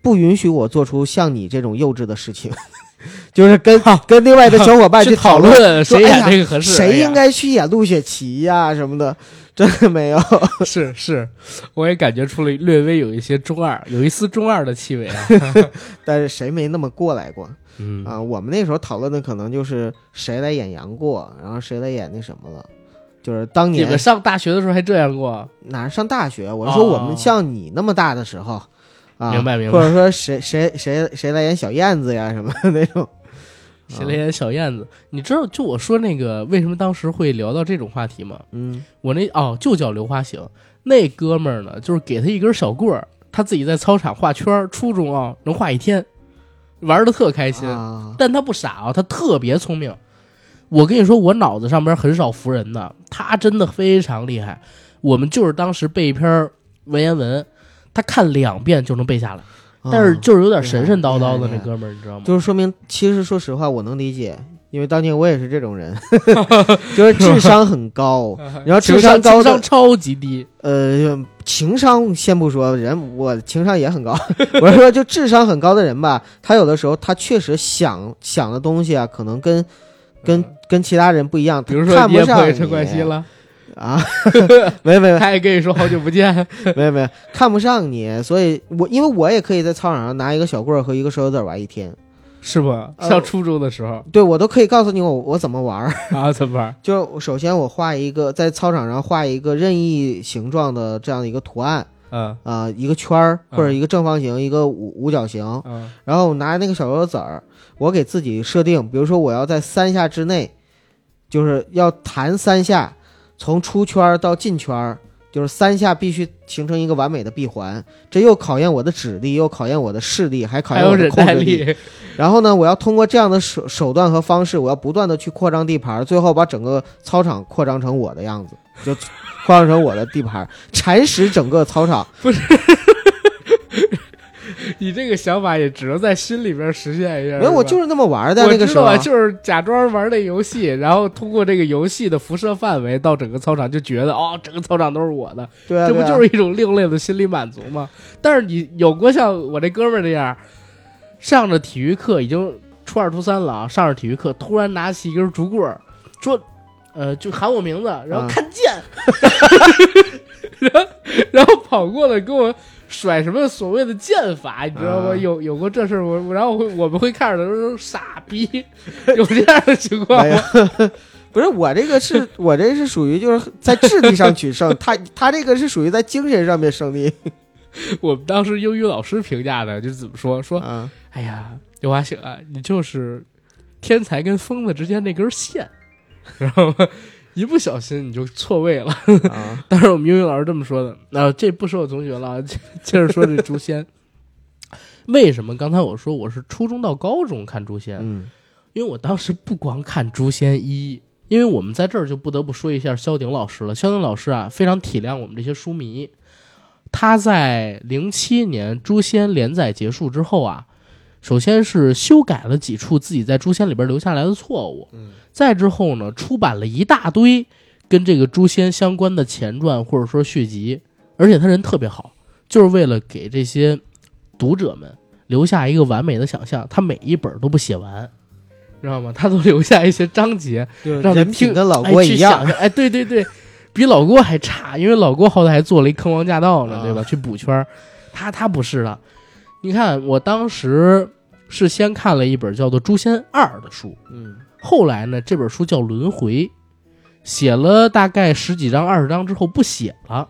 不允许我做出像你这种幼稚的事情， (laughs) 就是跟、跟另外的小伙伴 (laughs) 去去讨讨论论谁哎演呀这个合适，哎谁呀 (laughs) 应该去演陆雪琪呀、什么的，真的没有。 (laughs) 是是， (laughs) 我也感觉出了略微有一些中二，有一丝中二的气味啊。但是谁没那么过来过 (laughs) 嗯啊？我们那时候讨论的可能就是谁来演杨过，然后谁来演那什么了。就是当你年们上大学的时候还这样过？哪儿上大学？我是说我们像你那么大的时候，啊，哦明白明白或者说谁谁谁谁来演小燕子呀什么的那种，谁来演小燕子？你知道，就我说那个为什么当时会聊到这种话题吗？嗯，我那哦，就叫刘花行，那哥们儿呢，就是给他一根小棍儿，他自己在操场画圈儿，初中啊能画一天，玩的特 (laughs) 开心。啊，但他不傻啊，他特别聪明。我跟你说，我脑子上边很少服人的，他真的非常厉害。我们就是当时背一篇文言文，他看两遍就能背下来，但是啊就是有点神神叨叨的厉害那哥们儿，你知道吗？就是说明，其实说实话，我能理解因为当年我也是这种人， (laughs) 就是智商很高， (laughs) 然后情智商高情的商超级低，呃，情商先不说，人我情商也很高， (laughs) 我是说就智商很高的人吧，他有的时候他确实想想的东西啊，可能跟跟、嗯跟其他人不一样，比如他说看你不也不上会陈冠希了，啊， (laughs) 没没没他也跟你说好久不见，没有没有看不上你，所以我因为我也可以在操场上拿一个小棍儿和一个手榴弹玩一天，是吗？呃上初中的时候对我都可以告诉你我我怎么玩儿， (laughs) (laughs) 啊，怎么玩？就是首先我画一个在操场上画一个任意形状的这样的一个图案嗯啊、一个圈儿嗯或者一个正方形，一个五五角形，嗯然后我拿那个小油子儿，我给自己设定，比如说我要在三下之内，就是要弹三下，从出圈儿到进圈儿，就是三下必须形成一个完美的闭环。这又考验我的指力，又考验我的视力，还考还验有我的忍控耐制力。力， (laughs) 然后呢，我要通过这样的手手段和方式，我要不断的去扩张地盘儿，最后把整个操场扩张成我的样子， (laughs) 就扩张成我的地盘儿，蚕食整个 (laughs) 操场。你这个想法也只能在心里边实现一下。没有，我就是是那么玩儿吧的。那个我知时道候啊啊，就是假装玩那游戏，然后通过这个游戏的辐射范围到整个操场，就觉得哦，整个操场都是我的，对啊，这不对啊就是一种另类的心理满足吗？但是你有过像我这哥们儿这样，上着体育课已经初二初三了啊，上着体育课突然拿起一根竹棍儿，说，呃，就喊我名字，然后嗯看剑， (laughs) 然后然后跑过来跟我。甩什么所谓的剑法，你知道吗？啊有有过这事儿，我我然后会我们会看着他说傻逼，有这样的情况没吗有？ (laughs) 不是我这个 (laughs) 是我这是属于就是在智力上取 (laughs) 胜，他他这个是属于在精神上面胜利我们当时英语老师评价的就是怎么说？说 (laughs) 啊哎呀，刘华醒啊，你就是天才跟疯子之间那根线， (laughs) 然后一不小心你就错位了。 (laughs) 啊！当时我们英语老师这么说的。那、这不说我同学了啊，接接着说这诛仙。为什么刚才我说我是初中到高中看《诛仙》？嗯因为我当时不光看《诛仙一》，因为我们在这儿就不得不说一下萧鼎老师了。萧鼎老师啊，非常体谅我们这些书迷。他在零七年《诛仙》连载结束之后啊，首先是修改了几处自己在《诛仙》里边留下来的错误，嗯再之后呢，出版了一大堆跟这个《诛仙》相关的前传或者说续集，而且他人特别好，就是为了给这些读者们留下一个完美的想象，他每一本都不写完。知道吗？他 (laughs) 都留下一些章节，就是让你人品听跟老哎郭去一样想，象哎，对对对，比老郭还差，因为老郭好歹还做了一坑王驾到呢，啊对吧？去补圈儿，他他不是的。你看，我当时是先看了一本叫做《诛仙二》的书，嗯后来呢，这本书叫《轮回》，写了大概十几章、二十章之后不写了。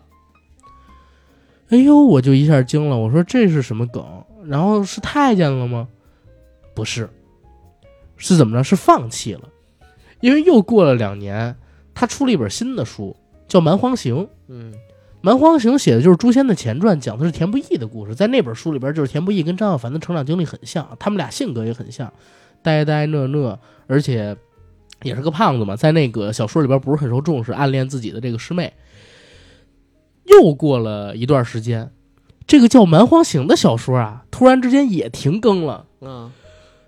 哎呦，我就一下惊了，我说这是什么梗？然后是太监了吗？不是，是怎么着？是放弃了，因为又过了两年，他出了一本新的书，叫《蛮荒行》。嗯《蛮荒行》写的就是《诛仙》的前传，讲的是田不易的故事。在那本书里边，就是田不易跟张小凡的成长经历很像，他们俩性格也很像，呆呆讷讷，而且也是个胖子嘛。在那个小说里边不是很受重视，暗恋自己的这个师妹。又过了一段时间，这个叫《蛮荒行》的小说啊，突然之间也停更了。嗯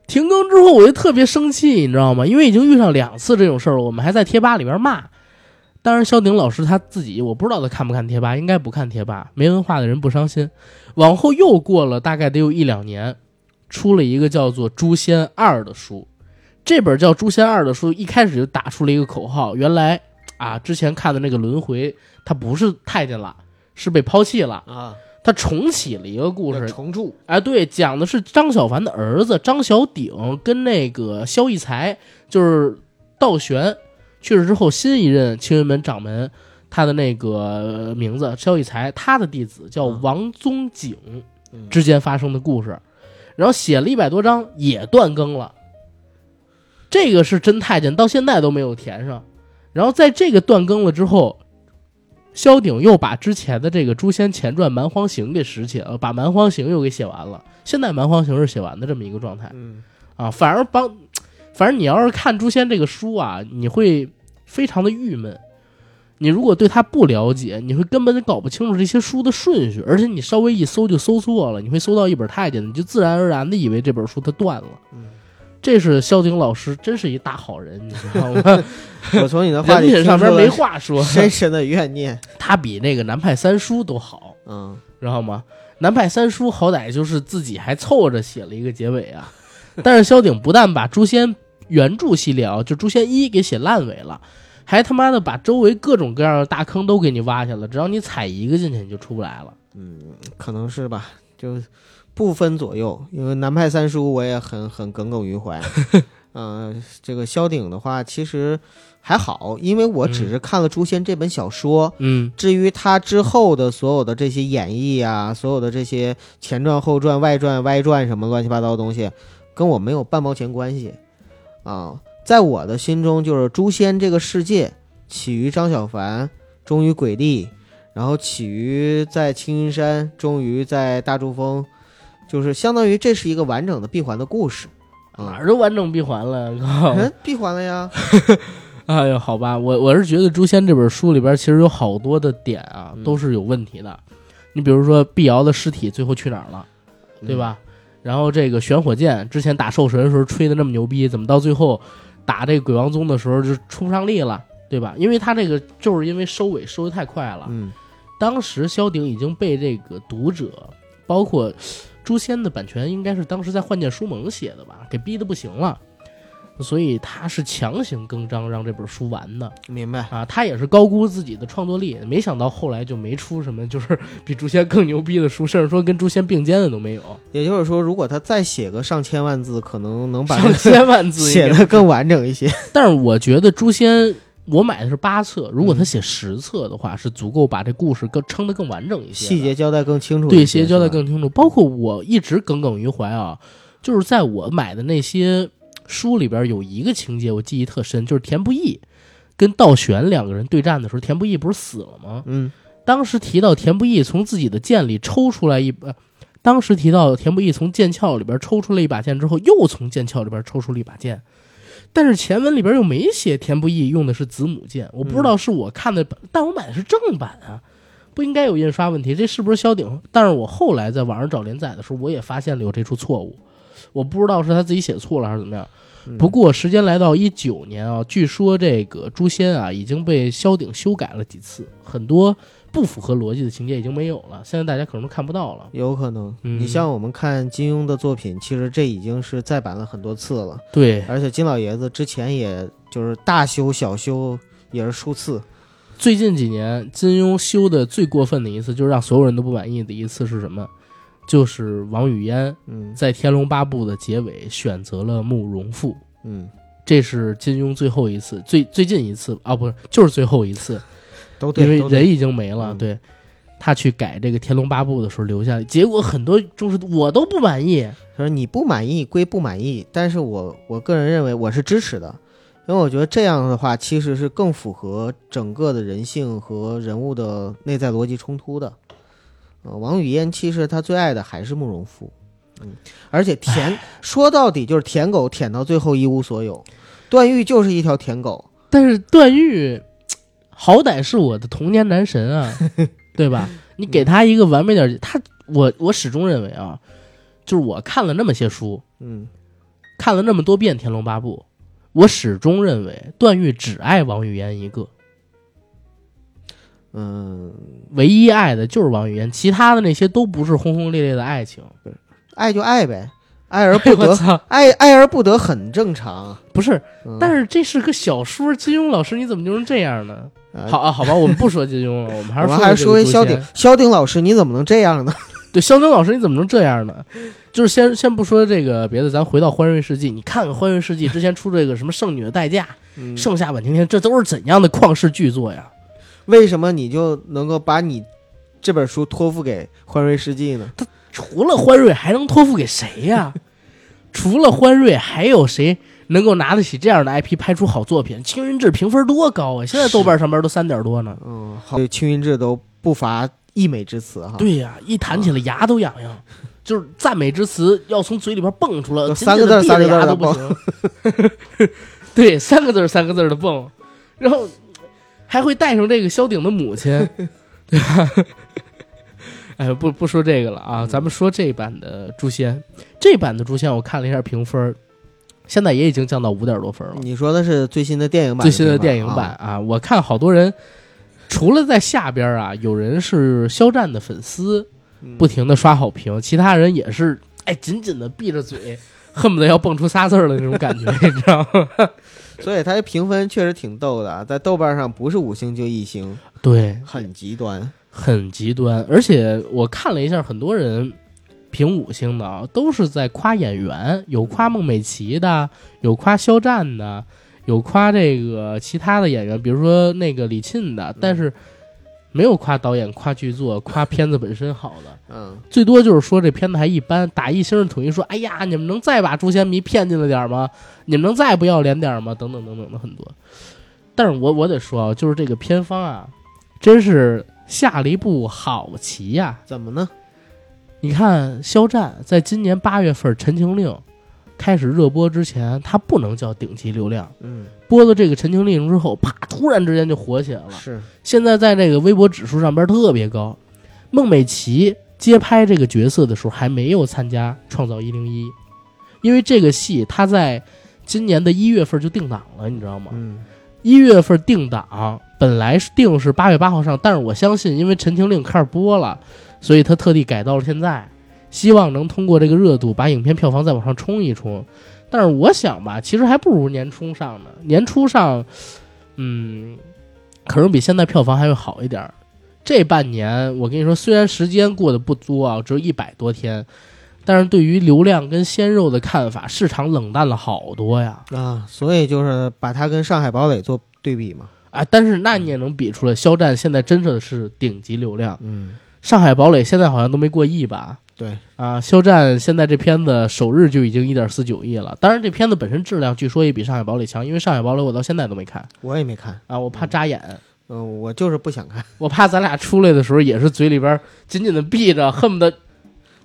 停更之后，我就特别生气，你知道吗？因为已经遇上两次这种事儿了，我们还在贴吧里边骂。当然，萧鼎老师他自己我不知道他看不看贴吧，应该不看贴吧。没文化的人不伤心。往后又过了大概得有一两年，出了一个叫做《诛仙二》的书。这本叫《诛仙二》的书一开始就打出了一个口号：原来啊，之前看的那个轮回，他不是太监了，是被抛弃了。啊，他重启了一个故事，重铸哎，对，讲的是张小凡的儿子张小鼎跟那个萧逸才，就是道玄去世之后新一任青云门掌门，他的那个呃名字萧逸才，他的弟子叫嗯王宗景之间发生的故事，然后写了一百多章也断更了。这个是真太监，到现在都没有填上。然后在这个断更了之后，萧鼎又把之前的这个《诛仙前传》《蛮荒行》给拾起了，把《蛮荒行》又给写完了。现在《蛮荒行》是写完的这么一个状态嗯啊。反而帮，反正你要是看《诛仙》这个书啊，你会非常的郁闷。你如果对它不了解，你会根本就搞不清楚这些书的顺序，而且你稍微一搜就搜错了，你会搜到一本太监的，你就自然而然的以为这本书它断了。嗯这是萧鼎老师，真是一大好人，你知道吗？(laughs) (laughs) 我从你的 (laughs) 话人里品上听边出了没话说， (laughs) 深深的怨念。他比那个南派三叔都好，嗯，知道吗？南派三叔好歹就是自己还凑合着写了一个结尾啊， (laughs) 但是萧鼎不但把《诛仙》原著系列啊，就《诛仙一》给写烂尾了，还他妈的把周围各种各样的大坑都给你挖下了，只要你踩一个进去，你就出不来了。可能是吧，就不分左右，因为南派三叔我也很很耿耿于 (laughs) 怀。嗯、这个萧鼎的话其实还好，因为我只是看了《诛仙》这本小说。嗯至于他之后的所有的这些演绎啊，所有的这些前传、后传、外传、歪传什么乱七八糟的东西，跟我没有半毛钱关系啊。在我的心中，就是《诛仙》这个世界起于张小凡，终于鬼帝，然后起于在青云山，终于在大珠峰，就是相当于这是一个完整的闭环的故事。哪啊、儿都完整闭环了， (laughs) 靠！嗯，闭环了呀。哎呦，好吧，我我是觉得《诛仙》这本书里边其实有好多的点啊嗯，都是有问题的。你比如说碧瑶的尸体最后去哪儿了，嗯对吧？然后这个玄火剑之前打兽神的时候吹的那么牛逼，怎么到最后打这个鬼王宗的时候就出不上力了，对吧？因为他这个就是因为收尾收的太快了。嗯？当时萧鼎已经被这个读者，包括《诛仙》的版权，应该是当时在幻剑书盟写的吧，给逼的不行了，所以他是强行更张让这本书完的。嗯，明白。啊，他也是高估自己的创作力，没想到后来就没出什么就是比《诛仙》更牛逼的书，甚至说跟《诛仙》并肩的都没有，也就是说，如果他再写个上千万字，可能能把这上个千万字写应该的更完整一些。 (laughs) 但是我觉得《诛仙》，我买的是八册，如嗯果他写十册的话，是足够把这故事更撑得更完整一些的，细节交代更清楚一些，对细节交代是吧更清楚。包括我一直耿耿于怀啊，就是在我买的那些书里边有一个情节我记忆特深，就是田不易跟道玄两个人对战的时候，田不易不是死了吗？嗯当时提到田不易从自己的剑里抽出来一把，呃当时提到田不易从剑鞘里边抽出了一把剑之后，又从剑鞘里边抽出了一把剑，但是前文里边又没写田不易用的是子母剑，我不知道是我看的，但我买的是正版啊，不应该有印刷问题，这是不是萧鼎？但是我后来在网上找连载的时候，我也发现了有这处错误，我不知道是他自己写错了还是怎么样。嗯不过时间来到一九年啊，据说这个《诛仙啊》已经被萧鼎修改了几次，很多不符合逻辑的情节已经没有了，现在大家可能都看不到了。有可能。嗯你像我们看金庸的作品，其实这已经是再版了很多次了，对，而且金老爷子之前也就是大修小修，也是数次。最近几年金庸修的最过分的一次，就是让所有人都不满意的一次是什么？就是王语嫣嗯在《天龙八部》的结尾选择了慕容复，嗯，这是金庸最后一次，最最近一次啊，不是，就是最后一次。都对，因为都对人已经没了，嗯对。他去改这个《天龙八部》的时候留下来，结果很多就是我都不满意。他说你不满意归不满意，但是我我个人认为我是支持的，因为我觉得这样的话其实是更符合整个的人性和人物的内在逻辑冲突的。呃，王语嫣其实她最爱的还是慕容复，嗯，而且舔说到底就是舔狗，舔到最后一无所有。段誉就是一条舔狗，但是段誉，嘖好歹是我的童年男神 (laughs) 啊，对吧？嗯你给他一个完美点儿，他我我始终认为啊，就是我看了那么些书，嗯，看了那么多遍《天龙八部》，我始终认为段誉只爱王语嫣一个，嗯，唯一爱的就是王语嫣，其他的那些都不是轰轰烈烈的爱 (laughs) 情。爱就爱呗，爱而不我 (laughs) 得，操，爱爱而不得很正常。不是，嗯、但是这是个小说，金庸老师你怎么就能这样呢？呃好啊，好吧，我们不说金庸了，我们还 (laughs) 我是们说还是说这回个萧诛仙鼎，萧鼎老师你怎么能这样呢？对萧鼎老师你怎么能这样呢？就是先先不说这个别的，咱回到《欢瑞世纪》，你看看《欢瑞世纪》之前出这个什么《圣女的代价》嗯盛夏晚晴天》，这都是怎样的旷世巨作呀？为什么你就能够把你这本书托付给欢瑞世纪呢？除了欢瑞，还能托付给谁呀？ (laughs) 除了欢瑞，还有谁能够拿得起这样的 IP 拍出好作品？《青云志》评分多高啊！现在豆瓣上边都三点多呢。嗯，好，对青云志都不乏溢美之词哈。，对呀、一弹啊起来牙都痒痒，就是赞美之词要从嘴里边蹦出来，都紧三个紧地闭字儿三着个字儿牙都的不行。 (laughs) 对，三个字儿三个字的蹦，然后还会带上这个萧鼎的母亲，对吧？ (laughs) 哎，不不说这个了啊，咱们说这版的《诛仙》，这版的《诛仙》我看了一下评分儿，现在也已经降到五点多分了。你说的是最新的电影版，最新的电影对吧版，啊，我看好多人，除了在下边啊，有人是肖战的粉丝，嗯不停的刷好评，其他人也是哎紧紧的闭着嘴，恨不得要蹦出仨字儿的那种感觉，你知道吗？ (laughs) 所以它这评分确实挺逗的，啊在豆瓣上不是五星就一星，对，很极端。很极端，而且我看了一下，很多人评五星的啊，都是在夸演员，有夸孟美岐的，有夸肖战的，有夸这个其他的演员，比如说那个李沁的，但是没有夸导演、夸剧作、夸片子本身好的，嗯，最多就是说这片子还一般，打一星统一说，哎呀，你们能再把《诛仙迷》骗进来点吗？你们能再不要脸点吗？等等等等的很多。但是我我得说啊，就是这个片方啊，真是下了一步好棋呀、怎么呢？你看，肖战在今年八月份《陈情令》开始热播之前，他不能叫顶级流量。嗯，播了这个《陈情令》之后，啪，突然之间就火起来了。是，现在在这个微博指数上边特别高。孟美岐接拍这个角色的时候还没有参加《创造一零一》，因为这个戏她在今年的一月份就定档了，你知道吗？嗯，一月份定档，本来是定是八月八号上，但是我相信，因为《陈情令》开始播了，所以他特地改到了现在，希望能通过这个热度把影片票房再往上冲一冲。但是我想吧，其实还不如年初上呢。年初上，嗯，可能比现在票房还会好一点儿。这半年，我跟你说，虽然时间过得不多啊，只有一百多天，但是对于流量跟鲜肉的看法，市场冷淡了好多呀。啊，所以就是把它跟《上海堡垒》做对比嘛。啊，但是那你也能比出来，肖战现在真的是顶级流量，嗯，上海堡垒现在好像都没过亿吧？对，啊，肖战现在这片子首日就已经一点四九亿了。当然，这片子本身质量据说也比上海堡垒强，因为上海堡垒我到现在都没看我也没看，啊，我怕扎眼，嗯、我就是不想看。我怕咱俩出来的时候也是嘴里边紧紧的闭着，恨不得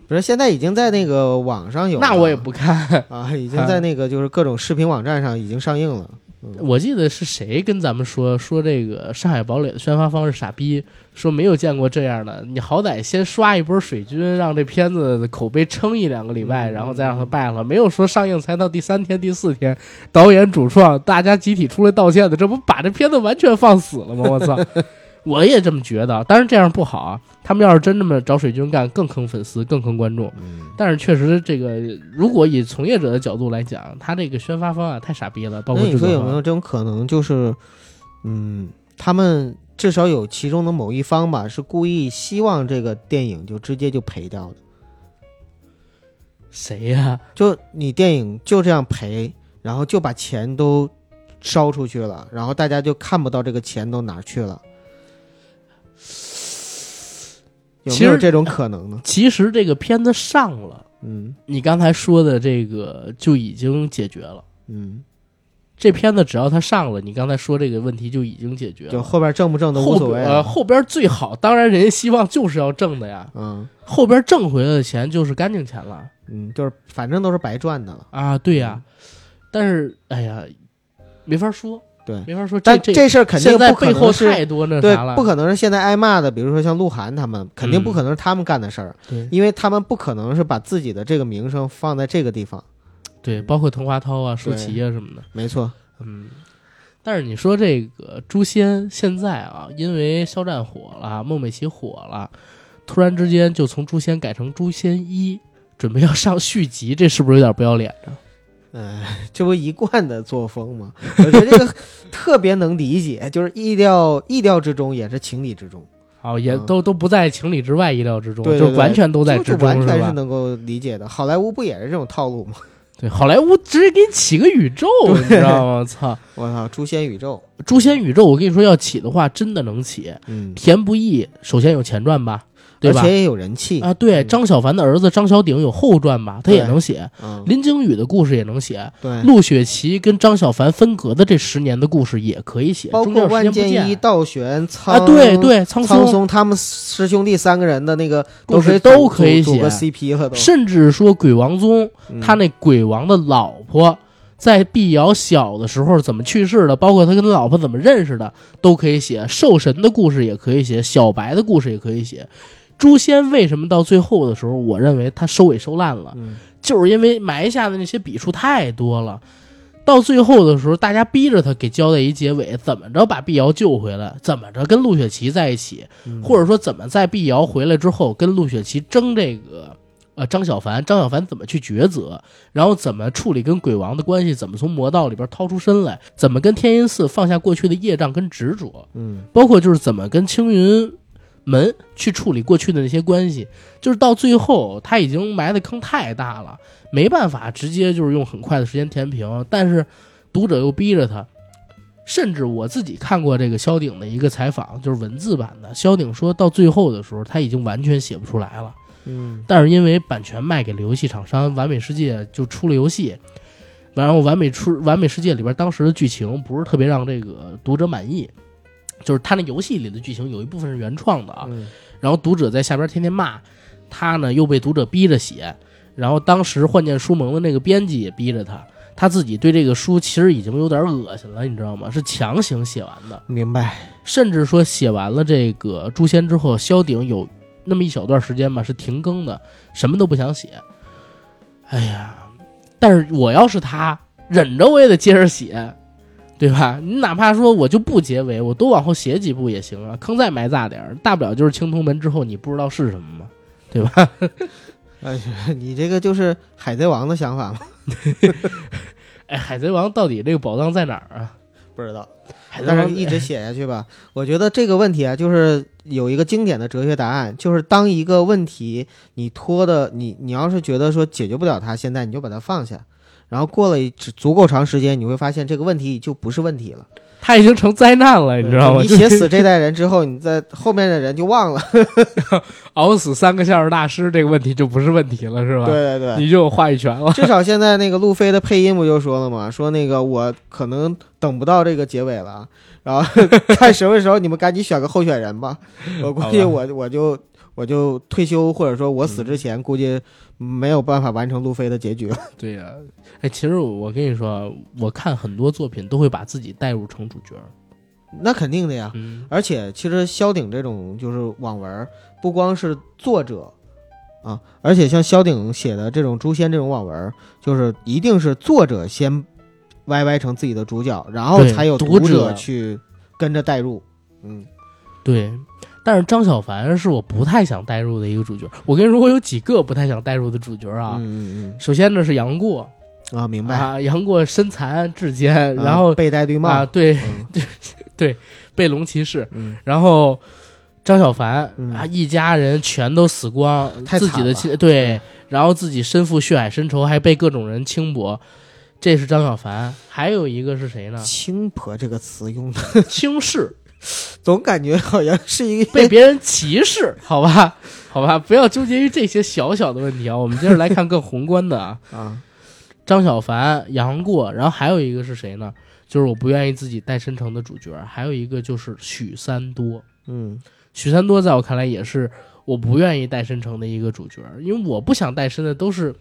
不是，现在已经在那个网上有了，那我也不看。啊， (laughs) 已经在那个就是各种视频网站上已经上映了。嗯我记得是谁跟咱们说说这个上海堡垒的宣发方是傻逼，说没有见过这样的，你好歹先刷一波水军，让这片子的口碑撑一两个礼拜，嗯然后再让它败了。没有说上映才到第三天、第四天，导演、主创大家集体出来道歉的，这不把这片子完全放死了吗？ (laughs) 我操！我也这么觉得，当然这样不好啊。他们要是真这么找水军干，更坑粉丝，更坑观众。嗯，但是确实，这个如果以从业者的角度来讲，他这个宣发方啊案太傻逼了，包那括你制说作有方啊没有这种可能，就是，嗯，他们至少有其中的某一方吧，是故意希望这个电影就直接就赔掉的，谁呀、就你电影就这样赔，然后就把钱都烧出去了，然后大家就看不到这个钱都哪儿去了。有其没有实这种可能呢？其实这个片子上了，嗯你刚才说的这个就已经解决了。嗯，这片子只要它上了，你刚才说这个问题就已经解决就了。后边挣不挣都无后所谓呃了。后边最好，当然人家希望就是要挣的呀，嗯后边挣回来的钱就是干净钱了嗯，就是反正都是白赚的了。啊，对呀。嗯但是哎呀，没法说，对没法说。但这这事儿肯定现在不可背后能是太多那对啥了，，不可能是现在挨骂的，比如说像鹿晗他们，肯定不嗯可能是他们干的事儿，对因为他们不可能是把自己的这个名声放在这个地方。对，包括滕华涛啊、舒淇啊什么的。没错，嗯，但是你说这个《诛仙》现在啊，因为肖战火了，孟美岐火了，突然之间就从《诛仙》改成《诛仙一》，准备要上续集，这是不是有点不要脸啊 (laughs) 呢？嗯、这不一贯的作风吗？我觉得这个特别能理解，就是意料意料之中，也是情理之中，好，哦也嗯都、都不在情理之外、意料之中，对对就对完全都在就之是完中，全是吧？能够理解的。好莱坞不也是这种套路吗？ (laughs) 对，好莱坞直接给你起个宇宙，对你知道吗？操，我操，诛仙宇宙， 《诛仙宇宙》，我跟你说，要起的话，真的能起。嗯，田不易首先有前传吧，对而吧且？也有人气，啊，对，嗯张小凡的儿子张小鼎有后传吧，他也能写。嗯，林惊羽的故事也能写，对，陆雪琪跟张小凡分隔的这十年的故事也可以写，包中间有括时万间不剑一、见道玄、苍、啊，对对，苍苍松，松他们师兄弟三个人的那个故都事可以都组可以组组个写 CP 了都。甚至说鬼王宗，嗯他那鬼王的老婆在碧瑶小的时候怎么去世的，包括他跟老婆怎么认识的，都可以写。兽神的故事也可以写，小白的故事也可以写。诛仙为什么到最后的时候，我认为他收尾收烂了，嗯就是因为埋下的那些笔触太多了。到最后的时候，大家逼着他给交代一结尾，怎么着把碧瑶救回来，怎么着跟陆雪琪在一起，嗯或者说怎么在碧瑶回来之后跟陆雪琪争这个呃张小凡，张小凡怎么去抉择，然后怎么处理跟鬼王的关系，怎么从魔道里边掏出身来，怎么跟天音寺放下过去的业障跟执着，嗯包括就是怎么跟青云门去处理过去的那些关系，就是到最后他已经埋的坑太大了，没办法直接就是用很快的时间填平，但是读者又逼着他。甚至我自己看过这个萧鼎的一个采访，就是文字版的。萧鼎说到最后的时候，他已经完全写不出来了，嗯但是因为版权卖给了游戏厂商，完美世界就出了游戏，然后完美出完美世界里边当时的剧情不是特别让这个读者满意，就是他那游戏里的剧情有一部分是原创的啊，嗯然后读者在下边天天骂，他呢又被读者逼着写，然后当时幻剑书盟的那个编辑也逼着他，他自己对这个书其实已经有点恶心了，你知道吗？是强行写完的，明白， (laughs) 甚至说写完了这个《诛仙》之后，萧鼎有那么一小段时间吧是停更的，什么都不想写。哎呀，但是我要是他，忍着我也得接着写，对吧？你哪怕说我就不结尾，我多往后写几步也行啊，坑再埋大点儿，大不了就是青铜门之后你不知道是什么嘛，对吧？哎，你这个就是海贼王的想法吗？哎，海贼王到底这个宝藏在哪儿啊？不知道，海贼但是王一直写下去吧。我觉得这个问题啊，就是有一个经典的哲学答案，就是当一个问题你拖的，你你要是觉得说解决不了它，现在你就把它放下，然后过了一足够长时间，你会发现这个问题就不是问题了。他已经成灾难哎了，你知道吗？你就写死这代人之后，你在后面的人就忘了。熬死三个相声大师这个问题就不是问题了，是吧？ (laughs) 对对对，你就有话语权 (laughs) 了。至少现在那个路飞的配音不就说了吗？说那个我可能等不到这个结尾了啊，然后看什么时候你们赶紧选个候选人吧。我估计好我我就我就退休，或者说我死之前，估计没有办法完成路飞的结局了。 (laughs) 对呀、哎，其实我跟你说，啊我看很多作品都会把自己带入成主角。那肯定的呀。嗯，而且其实萧鼎这种就是网文儿，不光是作者啊，而且像萧鼎写的这种《诛仙》这种网文儿，就是一定是作者先歪歪成自己的主角，然后对才有读者者去跟着代入。嗯，对。但是张小凡是我不太想带入的一个主角。我跟你说，我有几个不太想带入的主角啊。嗯嗯首先呢是杨过嗯啊，明白。啊，杨过身残志坚，啊然后被戴绿帽，啊，对 (laughs) 嗯被龙骑士，嗯，然后张小凡、嗯啊，一家人全都死光，太自己惨的了？亲对，然后自己身负血海深仇，还被各种人轻薄，这是张小凡。还有一个是谁呢轻婆这个词用的，轻视， (laughs) 总感觉好像是一个被别人歧视，好吧，好吧，不要纠结于这些小小的问题啊。我们接着来看更宏观的啊，啊，张小凡、杨过，然后还有一个是谁呢？就是我不愿意自己带身成的主角，还有一个就是许三多。嗯许三多在我看来也是我不愿意带申成的一个主角，因为我不想带申的都是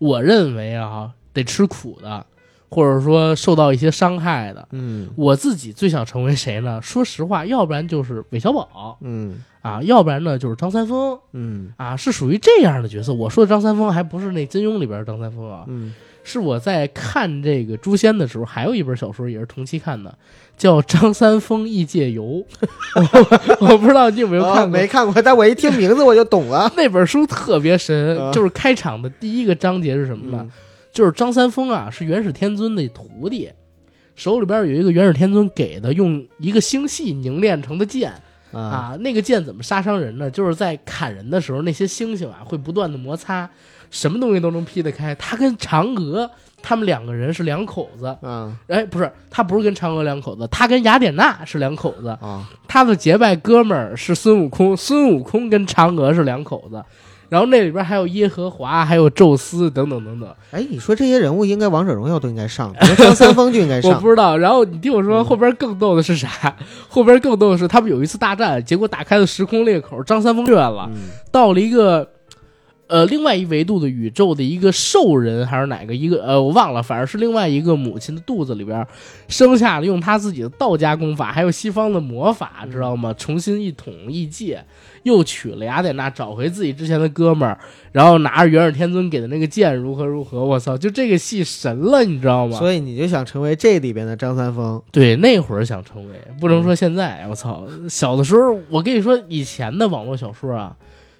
我认为啊得吃苦的，或者说受到一些伤害的。嗯我自己最想成为谁呢？说实话，要不然就是韦小宝嗯啊，要不然呢就是张三丰嗯啊，是属于这样的角色。我说的张三丰还不是那金庸里边的张三丰啊，嗯是我在看这个《诛仙》的时候，还有一本小说也是同期看的，叫《张三丰异界游》。 (laughs) 我我不知道你有没有啊看过，没看过，但我一听名字我就懂了。 (laughs) 那本书特别神，啊就是开场的第一个章节是什么呢？嗯就是张三丰啊是元始天尊的徒弟，手里边有一个元始天尊给的用一个星系凝练成的剑啊啊，那个剑怎么杀伤人呢？就是在砍人的时候，那些星星啊会不断的摩擦，什么东西都能劈得开。他跟嫦娥他们两个人是两口子，啊哎，不是，他不是跟嫦娥两口子，他跟雅典娜是两口子。啊！他的结拜哥们儿是孙悟空，孙悟空跟嫦娥是两口子，然后那里边还有耶和华，还有宙斯等等等等，哎，你说这些人物应该王者荣耀都应该上，比如张三丰就应该 (laughs) 我上。不知道。然后你听我说，后边更逗的是啥？后边更逗的是，啊他们有一次大战，结果打开了时空裂口，张三丰越了，嗯到了一个呃另外一维度的宇宙的一个兽人还是哪个一个呃我忘了，反正是另外一个母亲的肚子里边儿生下了用他自己的道家功法还有西方的魔法，知道吗？重新一统一界，又娶了雅典娜，找回自己之前的哥们儿，然后拿着元始天尊给的那个剑如何如何，我操，就这个戏神了，你知道吗？所以你就想成为这里边的张三丰，对，那会儿想成为，不能说现在。我操，小的时候，我跟你说，以前的网络小说啊，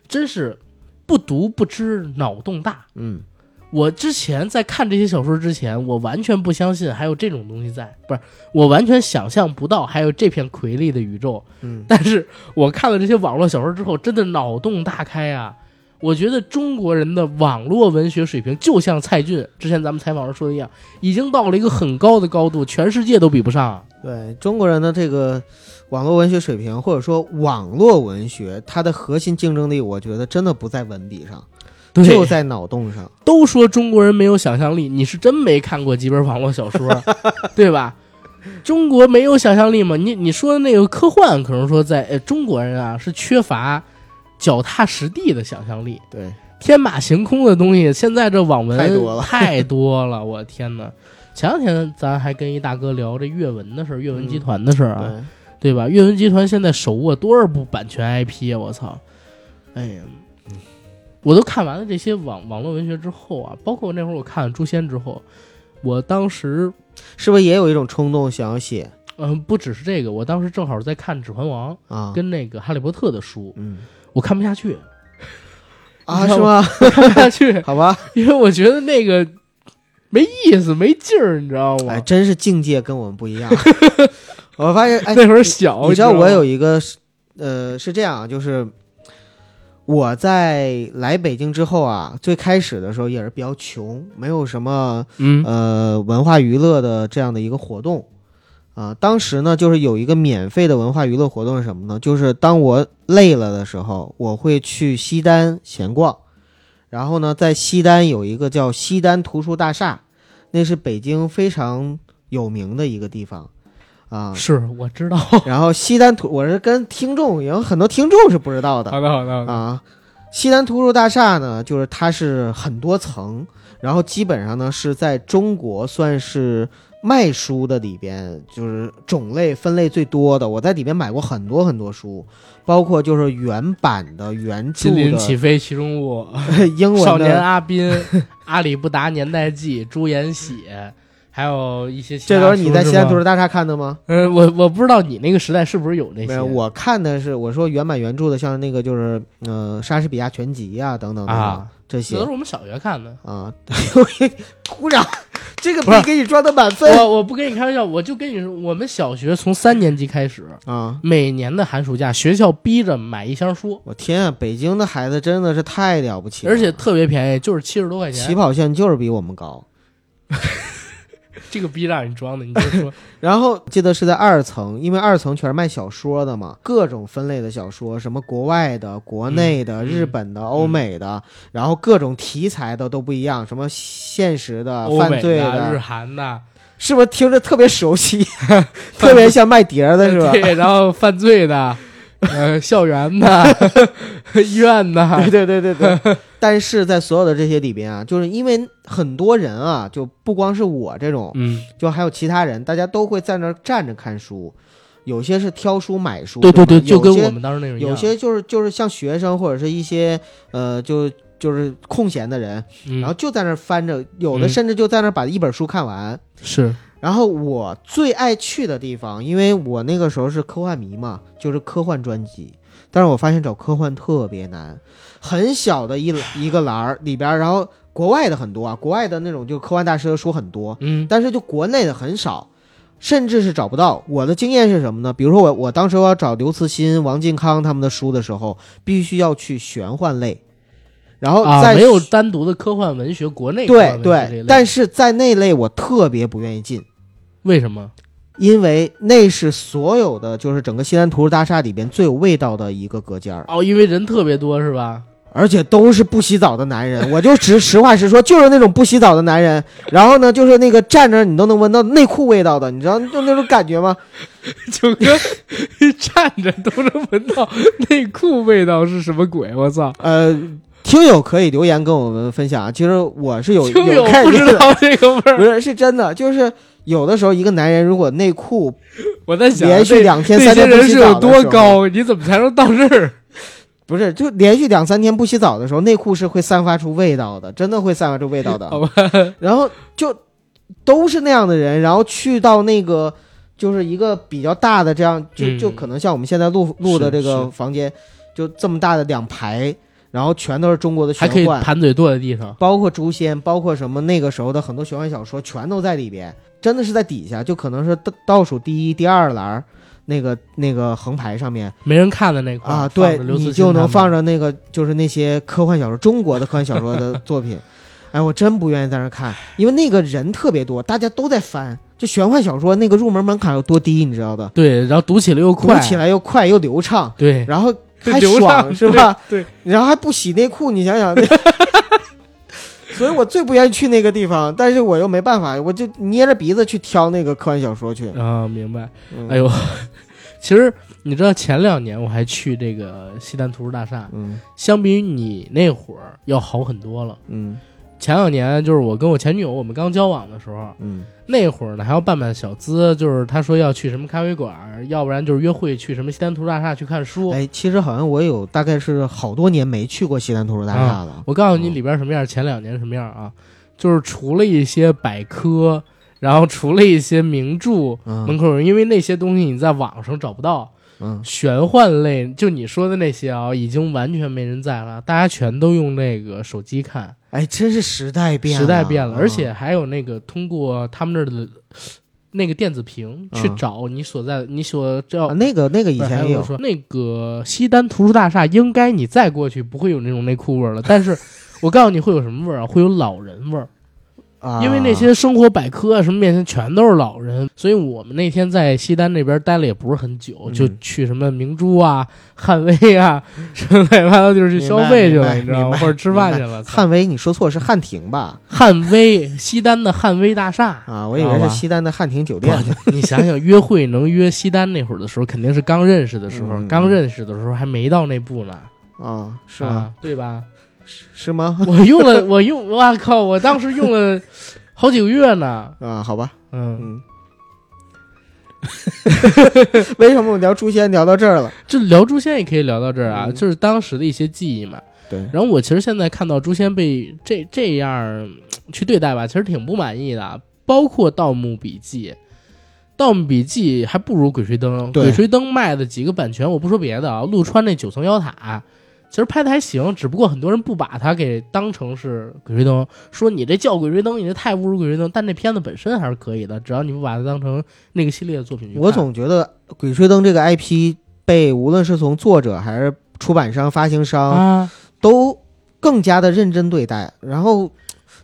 真是不读不知，脑洞大。嗯，我之前在看这些小说之前，我完全不相信还有这种东西在，不是，我完全想象不到还有这片魁丽的宇宙。嗯，但是我看了这些网络小说之后，真的脑洞大开啊！我觉得中国人的网络文学水平，就像蔡骏之前咱们采访时说的一样，已经到了一个很高的高度，全世界都比不上啊。对中国人的这个网络文学水平，或者说网络文学，它的核心竞争力，我觉得真的不在文笔上，对就在脑洞上。都说中国人没有想象力，你是真没看过几本网络小 (laughs) 说，对吧？中国没有想象力吗？你你说的那个科幻，可能说在、呃、中国人啊是缺乏脚踏实地的想象力，对，天马行空的东西，现在这网文太多了太多了我天哪！前两天咱还跟一大哥聊这阅文的事儿，阅文集团的事儿啊，对，对吧？阅文集团现在手握多少部版权 IP 啊！我操，哎呀，嗯我都看完了这些网网络文学之后啊，包括那会儿我看了《诛仙》之后，我当时是不是也有一种冲动想要写嗯、不只是这个，我当时正好在看《指环王》啊？跟那个《哈利波特》的书，嗯我看不下 (laughs) 去，啊，你知是道吗？ (laughs) 看不下去，好吧，因为我觉得那个没意思、没劲儿，你知道吗？哎，真是境界跟我们不一样。 (laughs) 我发现，哎，那会儿小，你知道道吗我有一个是，呃，是这样啊，就是我在来北京之后啊，最开始的时候也是比较穷，没有什么嗯呃文化娱乐的这样的一个活动啊、当时呢，就是有一个免费的文化娱乐活动是什么呢？就是当我累了的时候，我会去西单闲逛，然后呢，在西单有一个叫西单图书大厦，那是北京非常有名的一个地方啊。是我知道，然后西单图，我是跟听众有很多听众是不知道的的好的好，啊。西单图书大厦呢，就是它是很多层，然后基本上呢是在中国算是卖书的里边，就是种类分类最多的。我在里边买过很多很多书，包括就是原版的原著金陵的起飞其中物。 (laughs) 英文的少年啊阿 (laughs) 宾、阿里不达年代记、朱延禧，还有一些其这他都是你在书西单吗图书大厦看的吗？嗯，我我不知道你那个时代是不是有这没些。有，我看的是我说原版原著的，像那个就是呃莎士比亚全集啊等等等等、啊这些那都是我们小学看的。啊， (laughs) 鼓掌，这个不是比给你抓的满分我我不跟你开玩笑，我就跟你说，我们小学从三年级开始，啊！每年的寒暑假，学校逼着买一箱书，我天啊，北京的孩子真的是太了不起了，而且特别便宜，就是七十多块起钱。跑线就是比我们高。这个逼让你装的，你就 (laughs) 说然后记得是在二层，因为二层全是卖小说的嘛，各种分类的小说，什么国外的、国内的、嗯日本的、欧美的，然后各种题材的都不一样，什么现实的、欧犯美罪的、日的，韩的，是不是听着特别熟悉， (laughs) 特别像卖碟儿的是吧？对，然后犯罪的，呃，校园 (laughs) 的、医院的，对对对对 (laughs) 对。但是在所有的这些里边啊，就是因为很多人啊，就不光是我这种，嗯，就还有其他人，大家都会在那儿站着看书，有些是挑书买书，对对吧对，就跟有些我们当时那种一样有些就是就是像学生或者是一些呃就。就是空闲的人，嗯然后就在那儿翻着，有的嗯甚至就在那儿把一本书看完。是然后我最爱去的地方，因为我那个时候是科幻迷嘛，就是科幻专辑。但是我发现找科幻特别难，很小的一一个栏儿里边儿，然后国外的很多啊，国外的那种就科幻大师的书很多，嗯但是就国内的很少，甚至是找不到。我的经验是什么呢？比如说我我当时我要找刘慈欣、王靖康他们的书的时候，必须要去玄幻类，然后啊，再没有单独的科幻文学，国内科幻对文学这一对类，但是在那类我特别不愿意进。为什么？因为那是所有的就是整个西单图书大厦里边最有味道的一个隔间儿，哦，因为人特别多是吧？ (laughs) 而且都是不洗澡的男人。 (laughs) 我就实实话实说，就是那种不洗澡的男人。然后呢，就是那个站着你都能闻到内裤味道的，你知道就那种感觉吗？就 (laughs) 跟站着都能闻到内裤味道是什么鬼？我操！呃，听友可以留言跟我们分享啊。其实我是有 (laughs) 听友有概不念知的，道这个味不儿，是是真的，就是有的时候一个男人如果内裤我在想连续这两天这三些天不人洗是澡有的多时候？高？你怎么才能到这儿？不是，就连续两三天不洗澡的时候，内裤是会散发出味道的，真的会散发出味道的。好吧，然后就都是那样的人，然后去到那个就是一个比较大的这样，就嗯就可能像我们现在录录的是这个是房间，就这么大的两排，然后全都是中国的还可玄以幻，盘腿坐在地上。包括《诛仙》，包括什么那个时候的很多玄幻小说，全都在里边，真的是在底下，就可能是倒倒数第一、第二栏儿那个那个横排上面。没人看的那块啊，儿对放着刘慈你欣就他能们放着那个，就是那些科幻小说，中国的科幻小 (laughs) 说的作品。哎，我真不愿意在那儿看，因为那个人特别多，大家都在翻。就玄幻小说那个入门门槛有多低，你知道的？对，然后读起来又读快，起来又快又流畅，对，然后对还流爽畅是吧？对，然后还不洗内裤，你想 (laughs) 想。那所以我最不愿意去那个地方，但是我又没办法，我就捏着鼻子去挑那个科幻小说去。啊，明白。嗯、哎，呦， (laughs) 其实你知道前两年我还去这个西单图书大厦，嗯相比于你那会儿要好很多了。嗯前两年就是我跟我前女友我们刚交往的时候，嗯那会儿呢还要办办小资，就是她说要去什么咖啡馆，要不然就是约会去什么西单图书大厦去看书。哎，其实好像我有大概是好多年没去过西单图书大厦了。我告诉你嗯里边什么样，前两年什么样啊？就是除了一些百科，然后除了一些名著，门嗯口儿，因为那些东西你在网上找不到，嗯，玄幻类就你说的那些啊，已经完全没人在了，大家全都用那个手机看，哎，真是时代变了，时代变了，嗯而且还有那个通过他们那儿的那个电子屏去嗯找你所在你所啊叫。那个那个以不是还前也有有，说那个西单图书大厦，应该你再过去不会有那种内裤味儿了，但是我告诉你会有什么味儿啊？会有老人味儿。啊因为那些生活百科啊什么面前全都是老人，所以我们那天在西单那边待了也不是很久，嗯就去什么明珠啊、汉威啊， (laughs) 什么乱七八糟就是去消费去了，你明白知道明白明吗？白或者吃饭去了。汉威，你说错是汉庭吧？汉威西单的汉威大 (laughs) 厦，啊，我以为知道是吧西单的汉庭酒店哇。你想想，约会能约西单那会儿的时候，肯定是刚认识的时候，嗯刚认识的时候还没到那步呢，啊，是吗？啊，对 (laughs) 吧？是吗？我用了，我用，我靠，我当时用了好几个月呢，啊，好吧，嗯。 (laughs) 嗯。为什么我们聊诛仙聊到这儿了？这聊诛仙也可以聊到这儿啊，嗯就是当时的一些记忆嘛。对然后我其实现在看到诛仙被这这样儿去对待吧，其实挺不满意的啊。包括《盗墓笔记》，《盗墓笔记》还不如《鬼吹灯》。《对鬼吹灯》卖的几个版权，我不说别的啊，陆川那九层妖塔，其实拍的还行，只不过很多人不把它给当成是《鬼吹灯》，说你这叫《鬼吹灯》，你这太侮辱《鬼吹灯》。但那片子本身还是可以的，只要你不把它当成那个系列的作品去看。我总觉得《鬼吹灯》这个 IP 被无论是从作者还是出版商、发行商，啊，都更加的认真对待。然后，《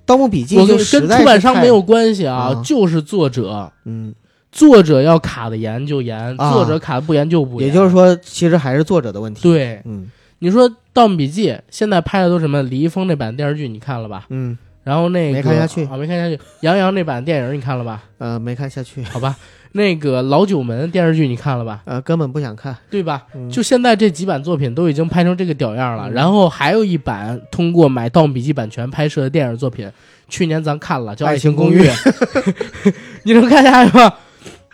盗墓笔记我》跟就跟实在出版是商太没有，关系啊啊，就是作者，嗯，作者要卡的严就严，啊作者卡的不严就不严。也就是，说，其实还是作者的问题。，对，嗯你说《盗墓笔记》现在拍的都什么？李易峰那版电视剧你看了吧？嗯，然后那个没看下去啊，没看下去。杨洋那版电影你看了吧？呃，没看下去，好吧，那个《老九门》电视剧你看了吧？呃，根本不想看。对吧？嗯就现在这几版作品都已经拍成这个屌样了，嗯然后还有一版通过买《盗墓笔记》版权拍摄的电影作品，去年咱看了，叫《爱爱情情公公寓寓》， (laughs) 你能看下去吗？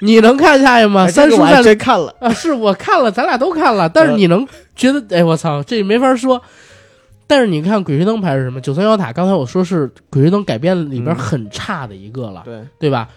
你能看下去吗？哎三这叔个我还在真看了，啊，是我看了，咱俩都看了，但是呃你能觉得，哎，我操，这没法说。但是你看《鬼吹灯》拍是什么？《九层妖塔》，刚才我说是《鬼吹灯》改编里边嗯很差的一个了，对，对吧？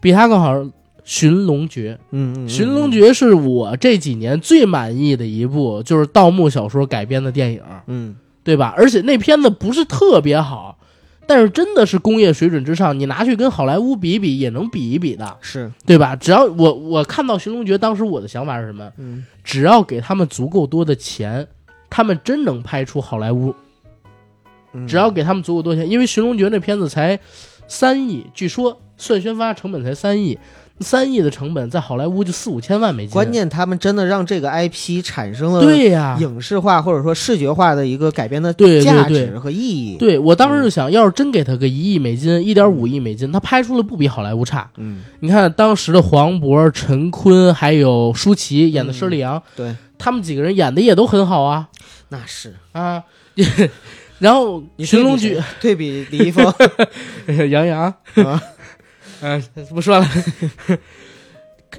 比它更好，《寻龙诀》。嗯嗯， 《寻龙嗯，诀》是我这几年最满意的一部，就是盗墓小说改编的电影，嗯，对吧？而且那片子不是特别好，但是真的是工业水准之上，你拿去跟好莱坞比一比也能比一比的，是，对吧？只要我我看到《寻龙诀》，当时我的想法是什么？嗯只要给他们足够多的钱，他们真能拍出好莱坞。嗯，只要给他们足够多钱，因为《寻龙诀》那片子才三亿，据说算宣发成本才三亿，三亿的成本在好莱坞就四五千万美金。嗯关键他们真的让这个 IP 产生了对呀、影视化或者说视觉化的一个改编的对对价对值和意义。对我当时就想，要是真给他个一亿美金、一点五亿美金，他拍出了不比好莱坞差。嗯，你看当时的黄渤、陈坤还有舒淇演的佘丽阳，对，他们几个人演的也都很好啊那是啊。 (laughs) 然后你寻龙对比诀谁对比李易 (laughs) 峰杨洋，啊 (laughs) 嗯、不说了。 (laughs)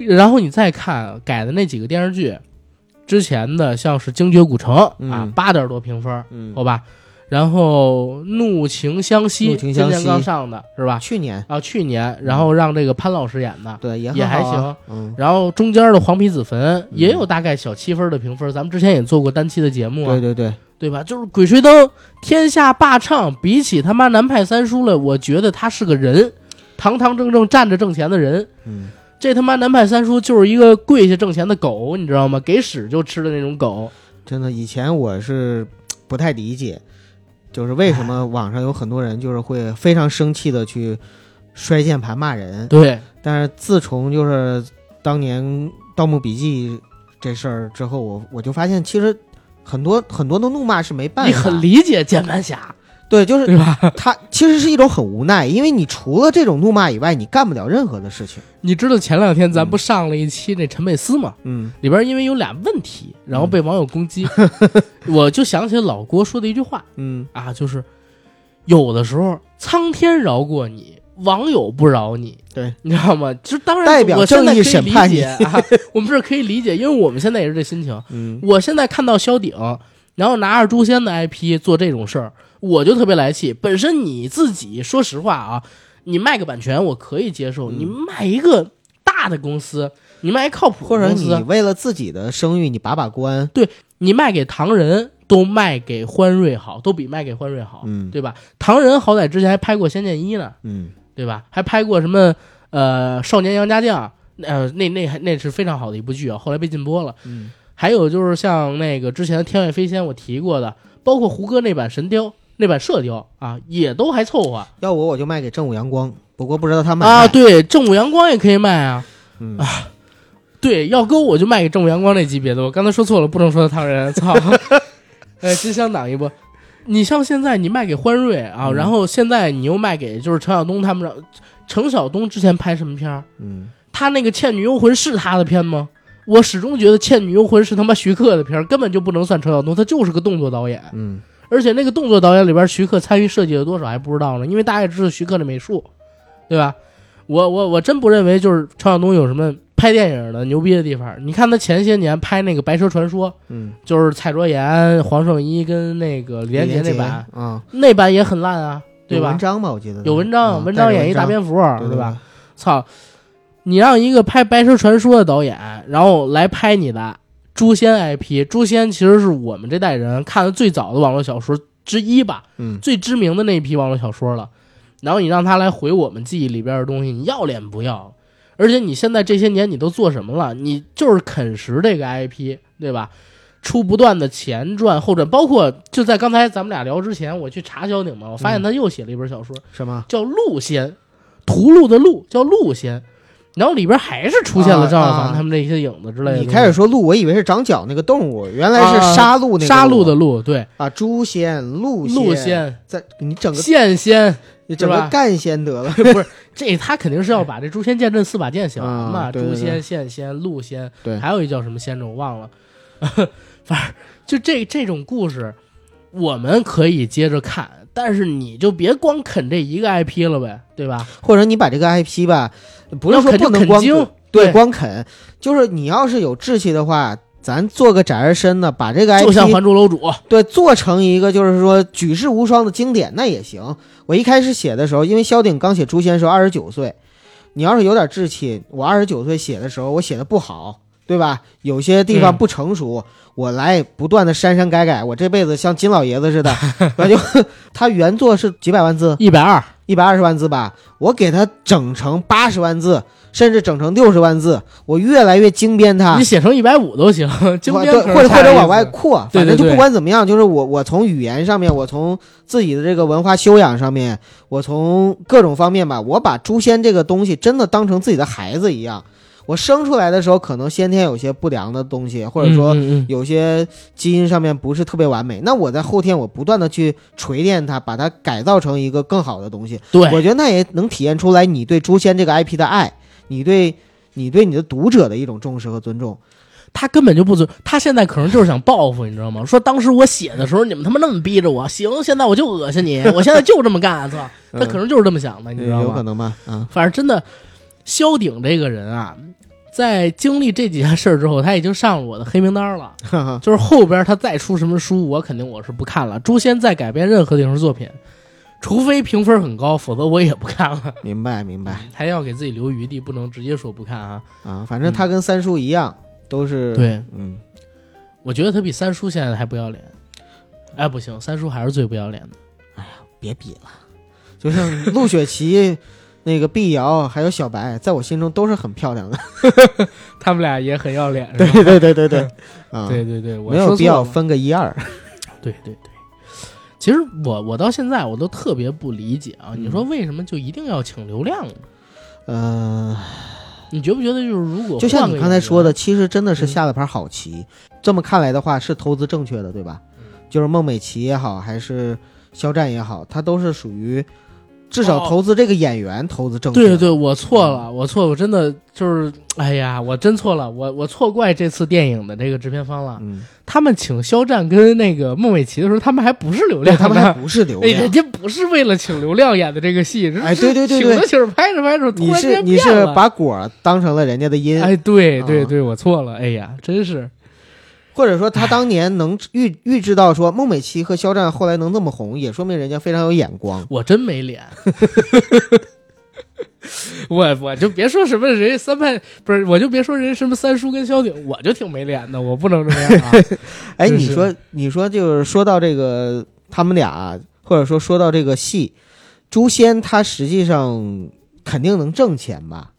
然后你再看改的那几个电视剧，之前的像是《精绝古城》啊嗯，八点多评分，嗯，好吧。然后《怒晴湘西怒》晴湘今西年刚上的是吧？去年啊，去年，然后让这个潘老师演的，对也也也还行。嗯，然后中间的《黄皮子坟》也有大概小七分的评分，咱们之前也做过单期的节目啊，对对对，对吧？就是《鬼吹灯》天下霸唱，比起他妈南派三叔来，我觉得他是个人，堂堂正正站着挣钱的人。嗯，这他妈南派三叔就是一个跪下挣钱的狗，你知道吗？给屎就吃的那种狗。真的以前我是不太理解，就是为什哎么网上有很多人就是会非常生气的去摔键盘骂人，对，但是自从就是当年《盗墓笔记》这事儿之后，我我就发现其实很多很多的怒骂是没办法，你很理解键盘侠，对，就是对吧？ (laughs) 他其实是一种很无奈，因为你除了这种怒骂以外，你干不了任何的事情。你知道前两天咱不上了一期那陈佩斯吗？嗯里边因为有俩问题，然后被网友攻击， (laughs) 我就想起老郭说的一句话嗯，啊，就是有的时候苍天饶过你，网友不饶你。对，你知道吗？就当然代表我现在正义可以审理判解啊， (laughs) 我们是可以理解，因为我们现在也是这心情。嗯，我现在看到萧鼎，然后拿着诛仙的 IP 做这种事儿，我就特别来气。本身你自己，说实话啊，你卖个版权我可以接受，嗯你卖一个大的公司，你卖一靠谱或的者公你司，为了自己的声誉，你把把关。你卖给唐人都卖给欢瑞好，都比卖给欢瑞好，嗯哦对吧？唐人好歹之前还拍过《仙剑一》呢，嗯，对吧？还拍过什么呃《少年杨家将》，呃，那那还那是非常好的一部剧啊，后来被禁播了。嗯，还有就是像那个之前《天外飞仙》我提过的，包括胡歌那版《神雕》。那版射雕啊，也都还凑合要我我就卖给正午阳光，不过不知道他买不啊。买，对，正午阳光也可以卖啊。嗯啊，对，要搁我就卖给正午阳光那级别的。我刚才说错了，不能说他唐人， (laughs) 操！呃，真想挡一波。你像现在你卖给欢瑞啊，嗯然后现在你又卖给就是陈晓东他们让，陈晓东之前拍什么片儿？嗯，他那个《倩女幽魂》是他的片吗？我始终觉得《倩女幽魂》是他妈徐克的片儿，根本就不能算陈晓东，他就是个动作导演。嗯，而且那个动作导演里边，徐克参与设计了多少还不知道呢，因为大家也知道徐克的美术，对吧？我我我真不认为就是陈晓东有什么拍电影的牛逼的地方。你看他前些年拍那个《白蛇传说》，嗯，就是蔡卓妍、黄圣依跟那个李连杰那版，啊，那版也很烂啊，对有文吧？章吧，我记得有文章，嗯文带章着演一大文蝙蝠，章对对吧？？操，你让一个拍《白蛇传说》的导演，然后来拍你的《诛仙》IP，《诛仙》其实是我们这代人看的最早的网络小说之一吧，嗯，最知名的那一批网络小说了。然后你让他来回我们记忆里边的东西，你要脸不要？而且你现在这些年你都做什么了？你就是啃食这个 IP，对吧？出不断的前传、后传，包括就在刚才咱们俩聊之前，我去查萧鼎嘛，我发嗯现他又写了一本小说，什么？叫陆仙，屠戮的戮叫陆仙，然后里边还是出现了赵小啊凡啊他们那些影子之类的东西。你开始说鹿，我以为是长角那个动物，原来啊是杀戮那个杀鹿戮的鹿，对，啊，诛仙、鹿鹿仙，仙、在你整个剑仙，你整是吧个干仙得了， (laughs) 不是这他肯定是要把这诛仙剑阵四把剑写完嘛，哎啊对对诛对仙、剑仙、鹿仙，对还有一叫什么仙种我忘了， (laughs) 反正就这这种故事，我们可以接着看，但是你就别光啃这一个 IP 了呗，对吧？或者你把这个 IP 吧，不要是说啃就不能啃光精啃对对光啃，就是你要是有志气的话，咱做个窄而深的，把这个就像《还 IP 珠楼主》，对做成一个就是说举世无双的经典，那也行。我一开始写的时候，因为萧鼎刚写《诛仙》的时候二十九岁，你要是有点志气，我二十九岁写的时候，我写的不好。对吧？有些地方嗯不成熟，我来不断的删删改改，我这辈子像金老爷子似的，我就他原作是几百万字，一百二，一百二十万字吧，我给它整成八十万字，甚至整成六十万字，我越来越精编它你，写成一百五都行，精啊或编对可能或者差或者点往意外思扩，对反对正就对不管怎么样，就是我我从语言上面，我从自己的这个文化修养上面，我从各种方面吧，我把诛仙这个东西真的当成自己的孩子一样。我生出来的时候，可能先天有些不良的东西，或者说嗯嗯嗯有些基因上面不是特别完美，那我在后天我不断的去锤炼它，把它改造成一个更好的东西。我对，觉得那也能体现出来你对《诛仙》这个 IP 的爱，你对你对你的读者的一种重视和尊重。他根本就不尊，他现在可能就是想报复，你知道吗？说当时我写的时候，你们他妈那么逼着我，行，现在我就恶心你，我现在就这么干，操！他可能就是这么想的，你知道嗯有可吗？能吧？啊，反正真的，萧鼎这个人啊，在经历这几件事儿之后，他已经上了我的黑名单了。哈哈，就是后边他再出什么书，我肯定我是不看了。诛仙再改编任何影视作品，除非评分很高，否则我也不看了。 (laughs) 明白明白还要给自己留余地，不能直接说不看啊。啊，反正他跟三叔一样，都是，对，嗯，我觉得他比三叔现在还不要脸。哎，不行，三叔还是最不要脸的。别比了，就像陆雪琪、那个碧瑶还有小白，在我心中都是很漂亮的。他们俩也很要脸，是吧？ (laughs) 对对对 (laughs) 对对，啊，对对对，我没说有错必要了分个一二。 (laughs) 对对对，其实我我到现在我都特别不理解啊，嗯你说为什么就一定要请流量呢？嗯，你觉不觉得就是如果就像换个你刚才演说员的，，其实真的是嗯下了盘好棋。这么看来的话，是投资正确的，对吧？嗯就是孟美岐也好，还是肖战也好，他都是属于至少哦投资这个演员投资正确。对对，，我错了，我错，我真的就是，哎呀，我真错了，我我错怪这次电影的这个制片方了。嗯，他们请肖战跟那个孟美岐的时候，他们还不是 (laughs) 流量呢，对他们还不是流哎人量。家不是为了请流量演的这个戏，哎对对对请着对请着拍着拍着，突你然是间你变是了。把果儿当成了人家的因，哎，对对啊对，我错了，哎呀，真是，或者说他当年能预预知到说孟美岐和肖战后来能这么红，也说明人家非常有眼光。我真没脸。 (laughs) 我我就别说什么人家三派不是，我就别说人家什么三叔跟萧鼎，我就挺没脸的，我不能这么样 (laughs) 啊。哎，是你是说，你说，就是说到这个他们俩，或者说说到这个戏，诛仙它实际上肯定能挣钱吧？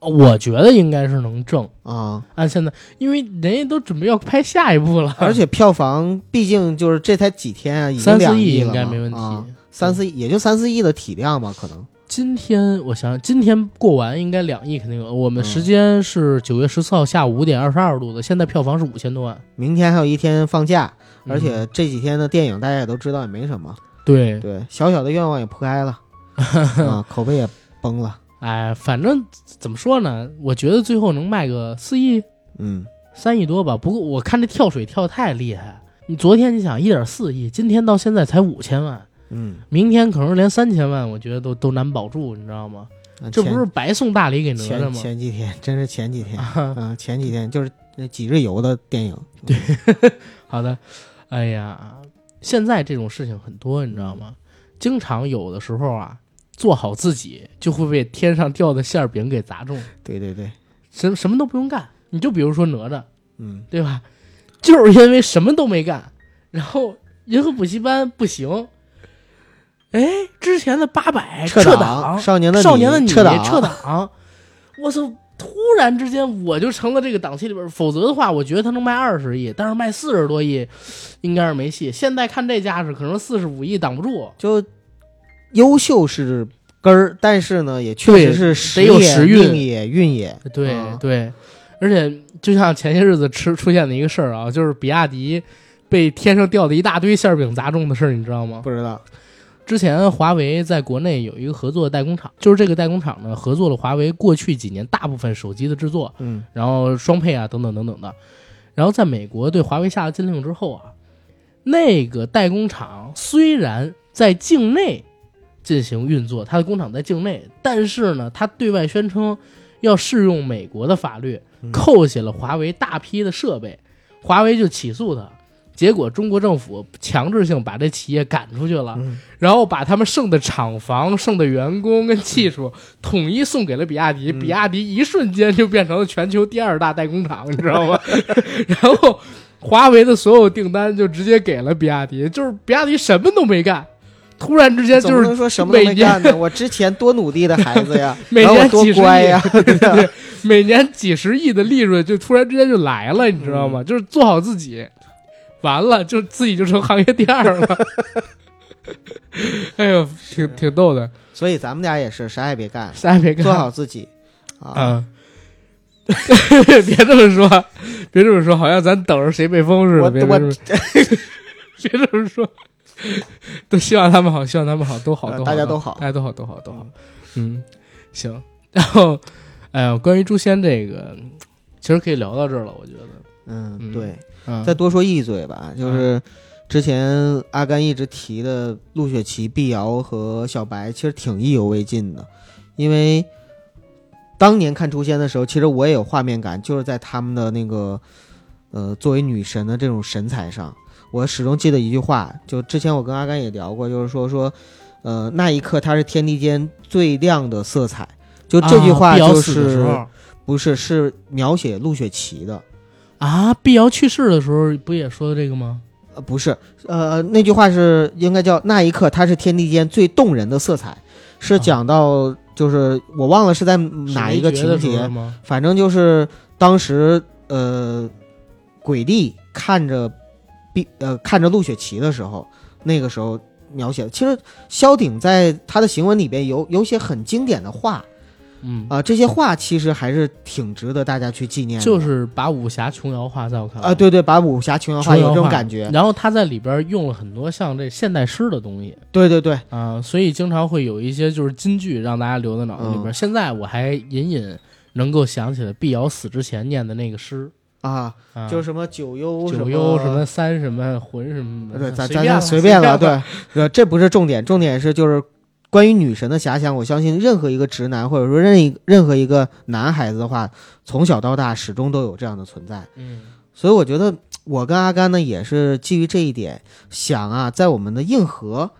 我觉得应该是能挣。啊、按现在，因为人家都准备要拍下一部了，而且票房毕竟就是这才几天啊，已经三两四亿亿了应该嘛没问题。嗯啊三四亿也就三四亿的体量吧，可能。今天我想想，今天过完应该两亿肯定有。我们嗯时间是九月十四号下午五点二十二度的，现在票房是五千多万，明天还有一天放假，嗯而且这几天的电影大家也都知道，也没什么。对，对，小小的愿望也铺 (laughs) 开了，啊，口碑也崩了。哎，反正怎么说呢，我觉得最后能卖个四亿、 (laughs) 嗯，三亿多吧。不过我看这跳水跳得太厉害，你昨天你想一点四亿，今天到现在才五千万，嗯，明天可能连三千万，我觉得都都难保住，你知道吗？啊这前不是白送大礼给哪吒前吗？前几天，真是 (laughs) 前几天。啊嗯，前几天就是那几日游的电影，好的，哎呀，现在这种事情很多，你知道吗？经常有的时候啊，做好自己就会被天上掉的馅儿饼给砸中，对对对，什什么都不用干。你就比如说哪吒，嗯，对吧？就是因为什么都没干，然后银河补习班不行，哎，之前的八百撤档，少年的哎少年的你撤档，撤档，我操！突然之间我就成了这个档期里边儿，否则的话，我觉得他能卖二十亿，但是卖四十多亿，应该是没戏。现在看这架势，可能四十五亿挡不住，就优秀是根儿，但是呢，也确实是时得有也时运命也运也，对、啊对。而且就像前些日子吃出现的一个事儿啊，就是比亚迪被天上掉的一大堆馅儿饼砸中的事儿，你知道吗？不知道，之前华为在国内有一个合作的代工厂，就是这个代工厂呢合作了华为过去几年大部分手机的制作，嗯然后双配啊等等等等的。然后在美国对华为下了禁令之后啊，那个代工厂虽然在境内进行运作，它的工厂在境内，但是呢，它对外宣称要适用美国的法律，嗯扣下了华为大批的设备，华为就起诉它。结果中国政府强制性把这企业赶出去了，嗯然后把他们剩的厂房、剩的员工跟技术统一送给了比亚迪，嗯比亚迪一瞬间就变成了全球第二大代工厂，你知道吗？ (laughs) 然后华为的所有订单就直接给了比亚迪，就是比亚迪什么都没干，突然之间总就不是能说什么都没每年干呢。我之前多努力的孩子呀， (laughs) 每然后我年多几十亿乖 (laughs) 呀，对吧对每年几十亿的利润就突然之间就来了，你知道吗？就是做好自己，完了就自己就成行业第二了。 (laughs) 哎呦，挺挺逗的，所以咱们俩也是啥也别 (laughs) 干，啥也没干，做好自己啊。啊。 (laughs) 别这么说，别这么说，好像咱等着谁被封似我的。别别我这么， (laughs) 别这么说， (laughs) 都希望他们好，希望他们好，都好，呃都好，大家都好好，大家都好，都好，都好。嗯， (laughs) 呃行。然后，哎呀，关于诛仙这个，其实可以聊到这儿了，我觉得。嗯，嗯对。嗯，再多说一嘴啊吧，就是之前阿甘一直提的陆雪琪、碧瑶和小白，其实挺意犹未尽的，因为当年看《诛仙》的时候，其实我也有画面感，就是在他们的那个呃作为女神的这种神采上，我始终记得一句话，就之前我跟阿甘也聊过，就是说说呃那一刻她是天地间最亮的色彩，就这句啊话碧瑶就死的时是、候不是是描写陆雪琪的。啊，碧瑶去世的时候不也说的这个吗？呃，不是，呃，那句话是应该叫那一刻，它是天地间最动人的色彩，是讲到就是我忘了是在哪一个啊是韦情爵的时候节，吗？反正就是当时呃，鬼帝看着碧呃看着陆雪琪的时候，那个时候描写的，其实萧鼎在他的行文里边有有些很经典的话嗯，啊、这些话其实还是挺值得大家去纪念的，就是把武侠琼瑶化，在我看啊、来，对对，把武侠琼瑶化有这琼瑶种化感觉，然后他在里边用了很多像这现代诗的东西对对对。啊、所以经常会有一些就是金句让大家留在脑子里边。嗯现在我还隐隐能够想起来碧瑶死之前念的那个诗，啊，啊、就是什么九幽九幽什么三什么魂什么的，对，咱便咱了随便便 (laughs) 了，吧对，呃，这不是重点，重点是就是关于女神的遐想，我相信任何一个直男或者说任一任何一个男孩子的话，从小到大始终都有这样的存在，嗯所以我觉得我跟阿甘呢也是基于这一点，想啊，在我们的硬核。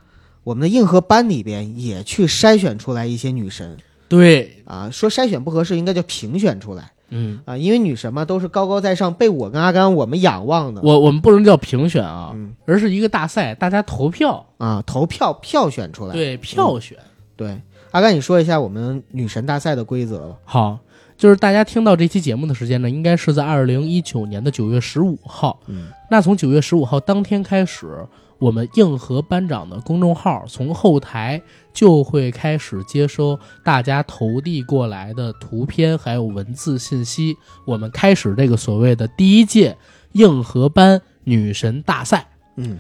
我们的硬核班里边也去筛选出来一些女神对，啊，说筛选不合适，应该叫评选出来嗯，啊，因为女神嘛都是高高在上，被我跟阿甘我们仰望的。我我们不能叫评选啊，嗯，而是一个大赛，大家投票，啊，投票票选出来。对票选。对阿甘，你说一下我们女神大赛的规则吧。嗯好，嗯就是大家听到这期节目的时间呢，应该是在二零一九年的九月十五号。嗯，那从九月十五号当天开始，我们硬核班长的公众号从后台就会开始接收大家投递过来的图片还有文字信息。我们开始这个所谓的第一届硬核班女神大赛。嗯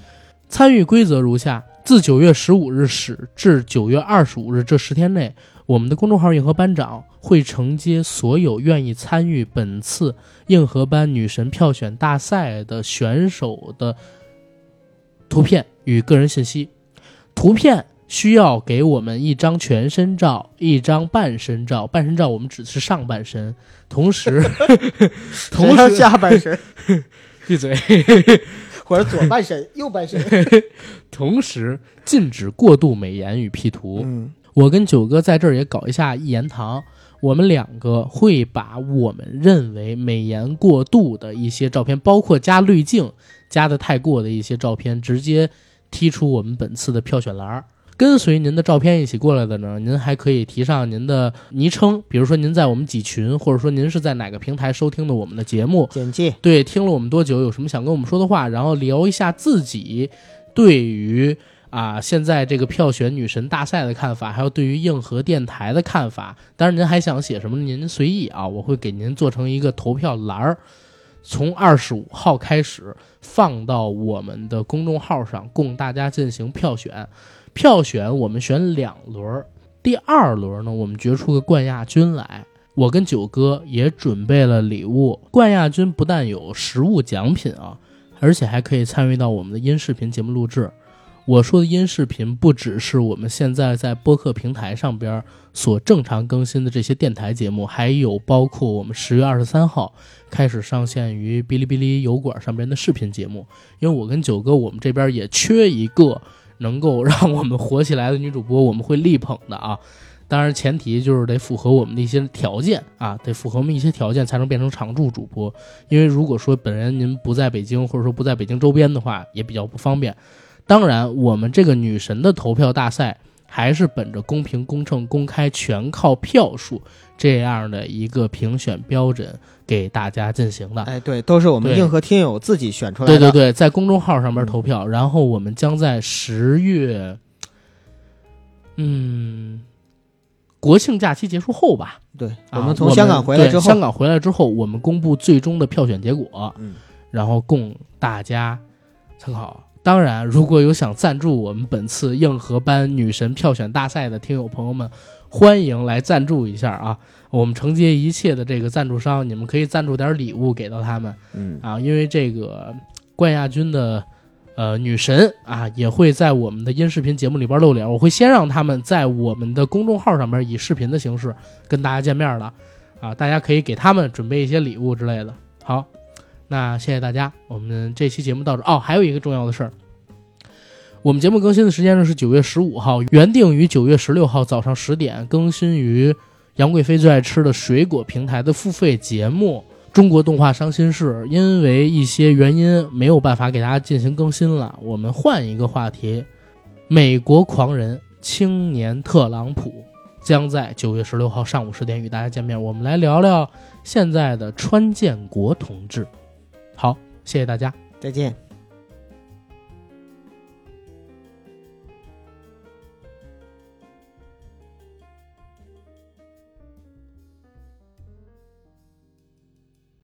参与规则如下：自九月十五日始至九月二十五日这十天内，我们的公众号“硬核班长”会承接所有愿意参与本次硬核班女神票选大赛的选手的图片与个人信息。图片需要给我们一张全身照，一张半身照。半身照我们只是上半身，同时， (laughs) 同谁要时下半 (laughs) 身闭嘴。或者左半身、右半身。同时禁止过度美颜与 P 图。嗯我跟九哥在这儿也搞一下一言堂，我们两个会把我们认为美颜过度的一些照片，包括加滤镜加的太过的一些照片，直接踢出我们本次的票选栏儿。跟随您的照片一起过来的呢，您还可以提上您的昵称，比如说您在我们几群，或者说您是在哪个平台收听的我们的节目，简介。对，听了我们多久，有什么想跟我们说的话，然后聊一下自己对于啊现在这个票选女神大赛的看法，还有对于硬核电台的看法。当然，您还想写什么，您随意啊，我会给您做成一个投票栏儿，从二十五号开始放到我们的公众号上，供大家进行票选。票选我们选两轮儿，第二轮呢，我们决出个冠亚军来。我跟九哥也准备了礼物，冠亚军不但有实物奖品啊，而且还可以参与到我们的音视频节目录制。我说的音视频不只是我们现在在播客平台上边所正常更新的这些电台节目，还有包括我们十月二十三号开始上线于哔哩哔哩油管上边的视频节目。因为我跟九哥我们这边也缺一个能够让我们火起来的女主播，我们会力捧的啊。当然，前提就是得符合我们的一些条件啊，得符合我们一些条件才能变成常驻主播。因为如果说本人您不在北京，或者说不在北京周边的话，也比较不方便。当然，我们这个女神的投票大赛还是本着公平、公正、公开、全靠票数这样的一个评选标准给大家进行的。哎，对，都是我们对硬核听友自己选出来嗯对的。对对，在公众号上面投票，然后我们将在十月，嗯，国庆假期结束后吧，对啊我们从香港回来对之后香，港回来之后，我们公布最终的票选结果，嗯，然后供大家参考。当然，如果有想赞助我们本次硬核班女神票选大赛的听友朋友们，欢迎来赞助一下啊！我们承接一切的这个赞助商，你们可以赞助点礼物给到他们嗯啊，因为这个冠亚军的呃女神啊，也会在我们的音视频节目里边露脸。我会先让他们在我们的公众号上面以视频的形式跟大家见面的啊，大家可以给他们准备一些礼物之类的。好，那谢谢大家，我们这期节目到这儿哦，还有一个重要的事儿。我们节目更新的时间呢是九月十五号，原定于九月十六号早上十点更新于杨贵妃最爱吃的水果平台的付费节目《中国动画伤心事》，因为一些原因没有办法给大家进行更新了，我们换一个话题，《美国狂人青年特朗普》将在九月十六号上午十点与大家见面，我们来聊聊现在的川建国同志。好，谢谢大家。再见。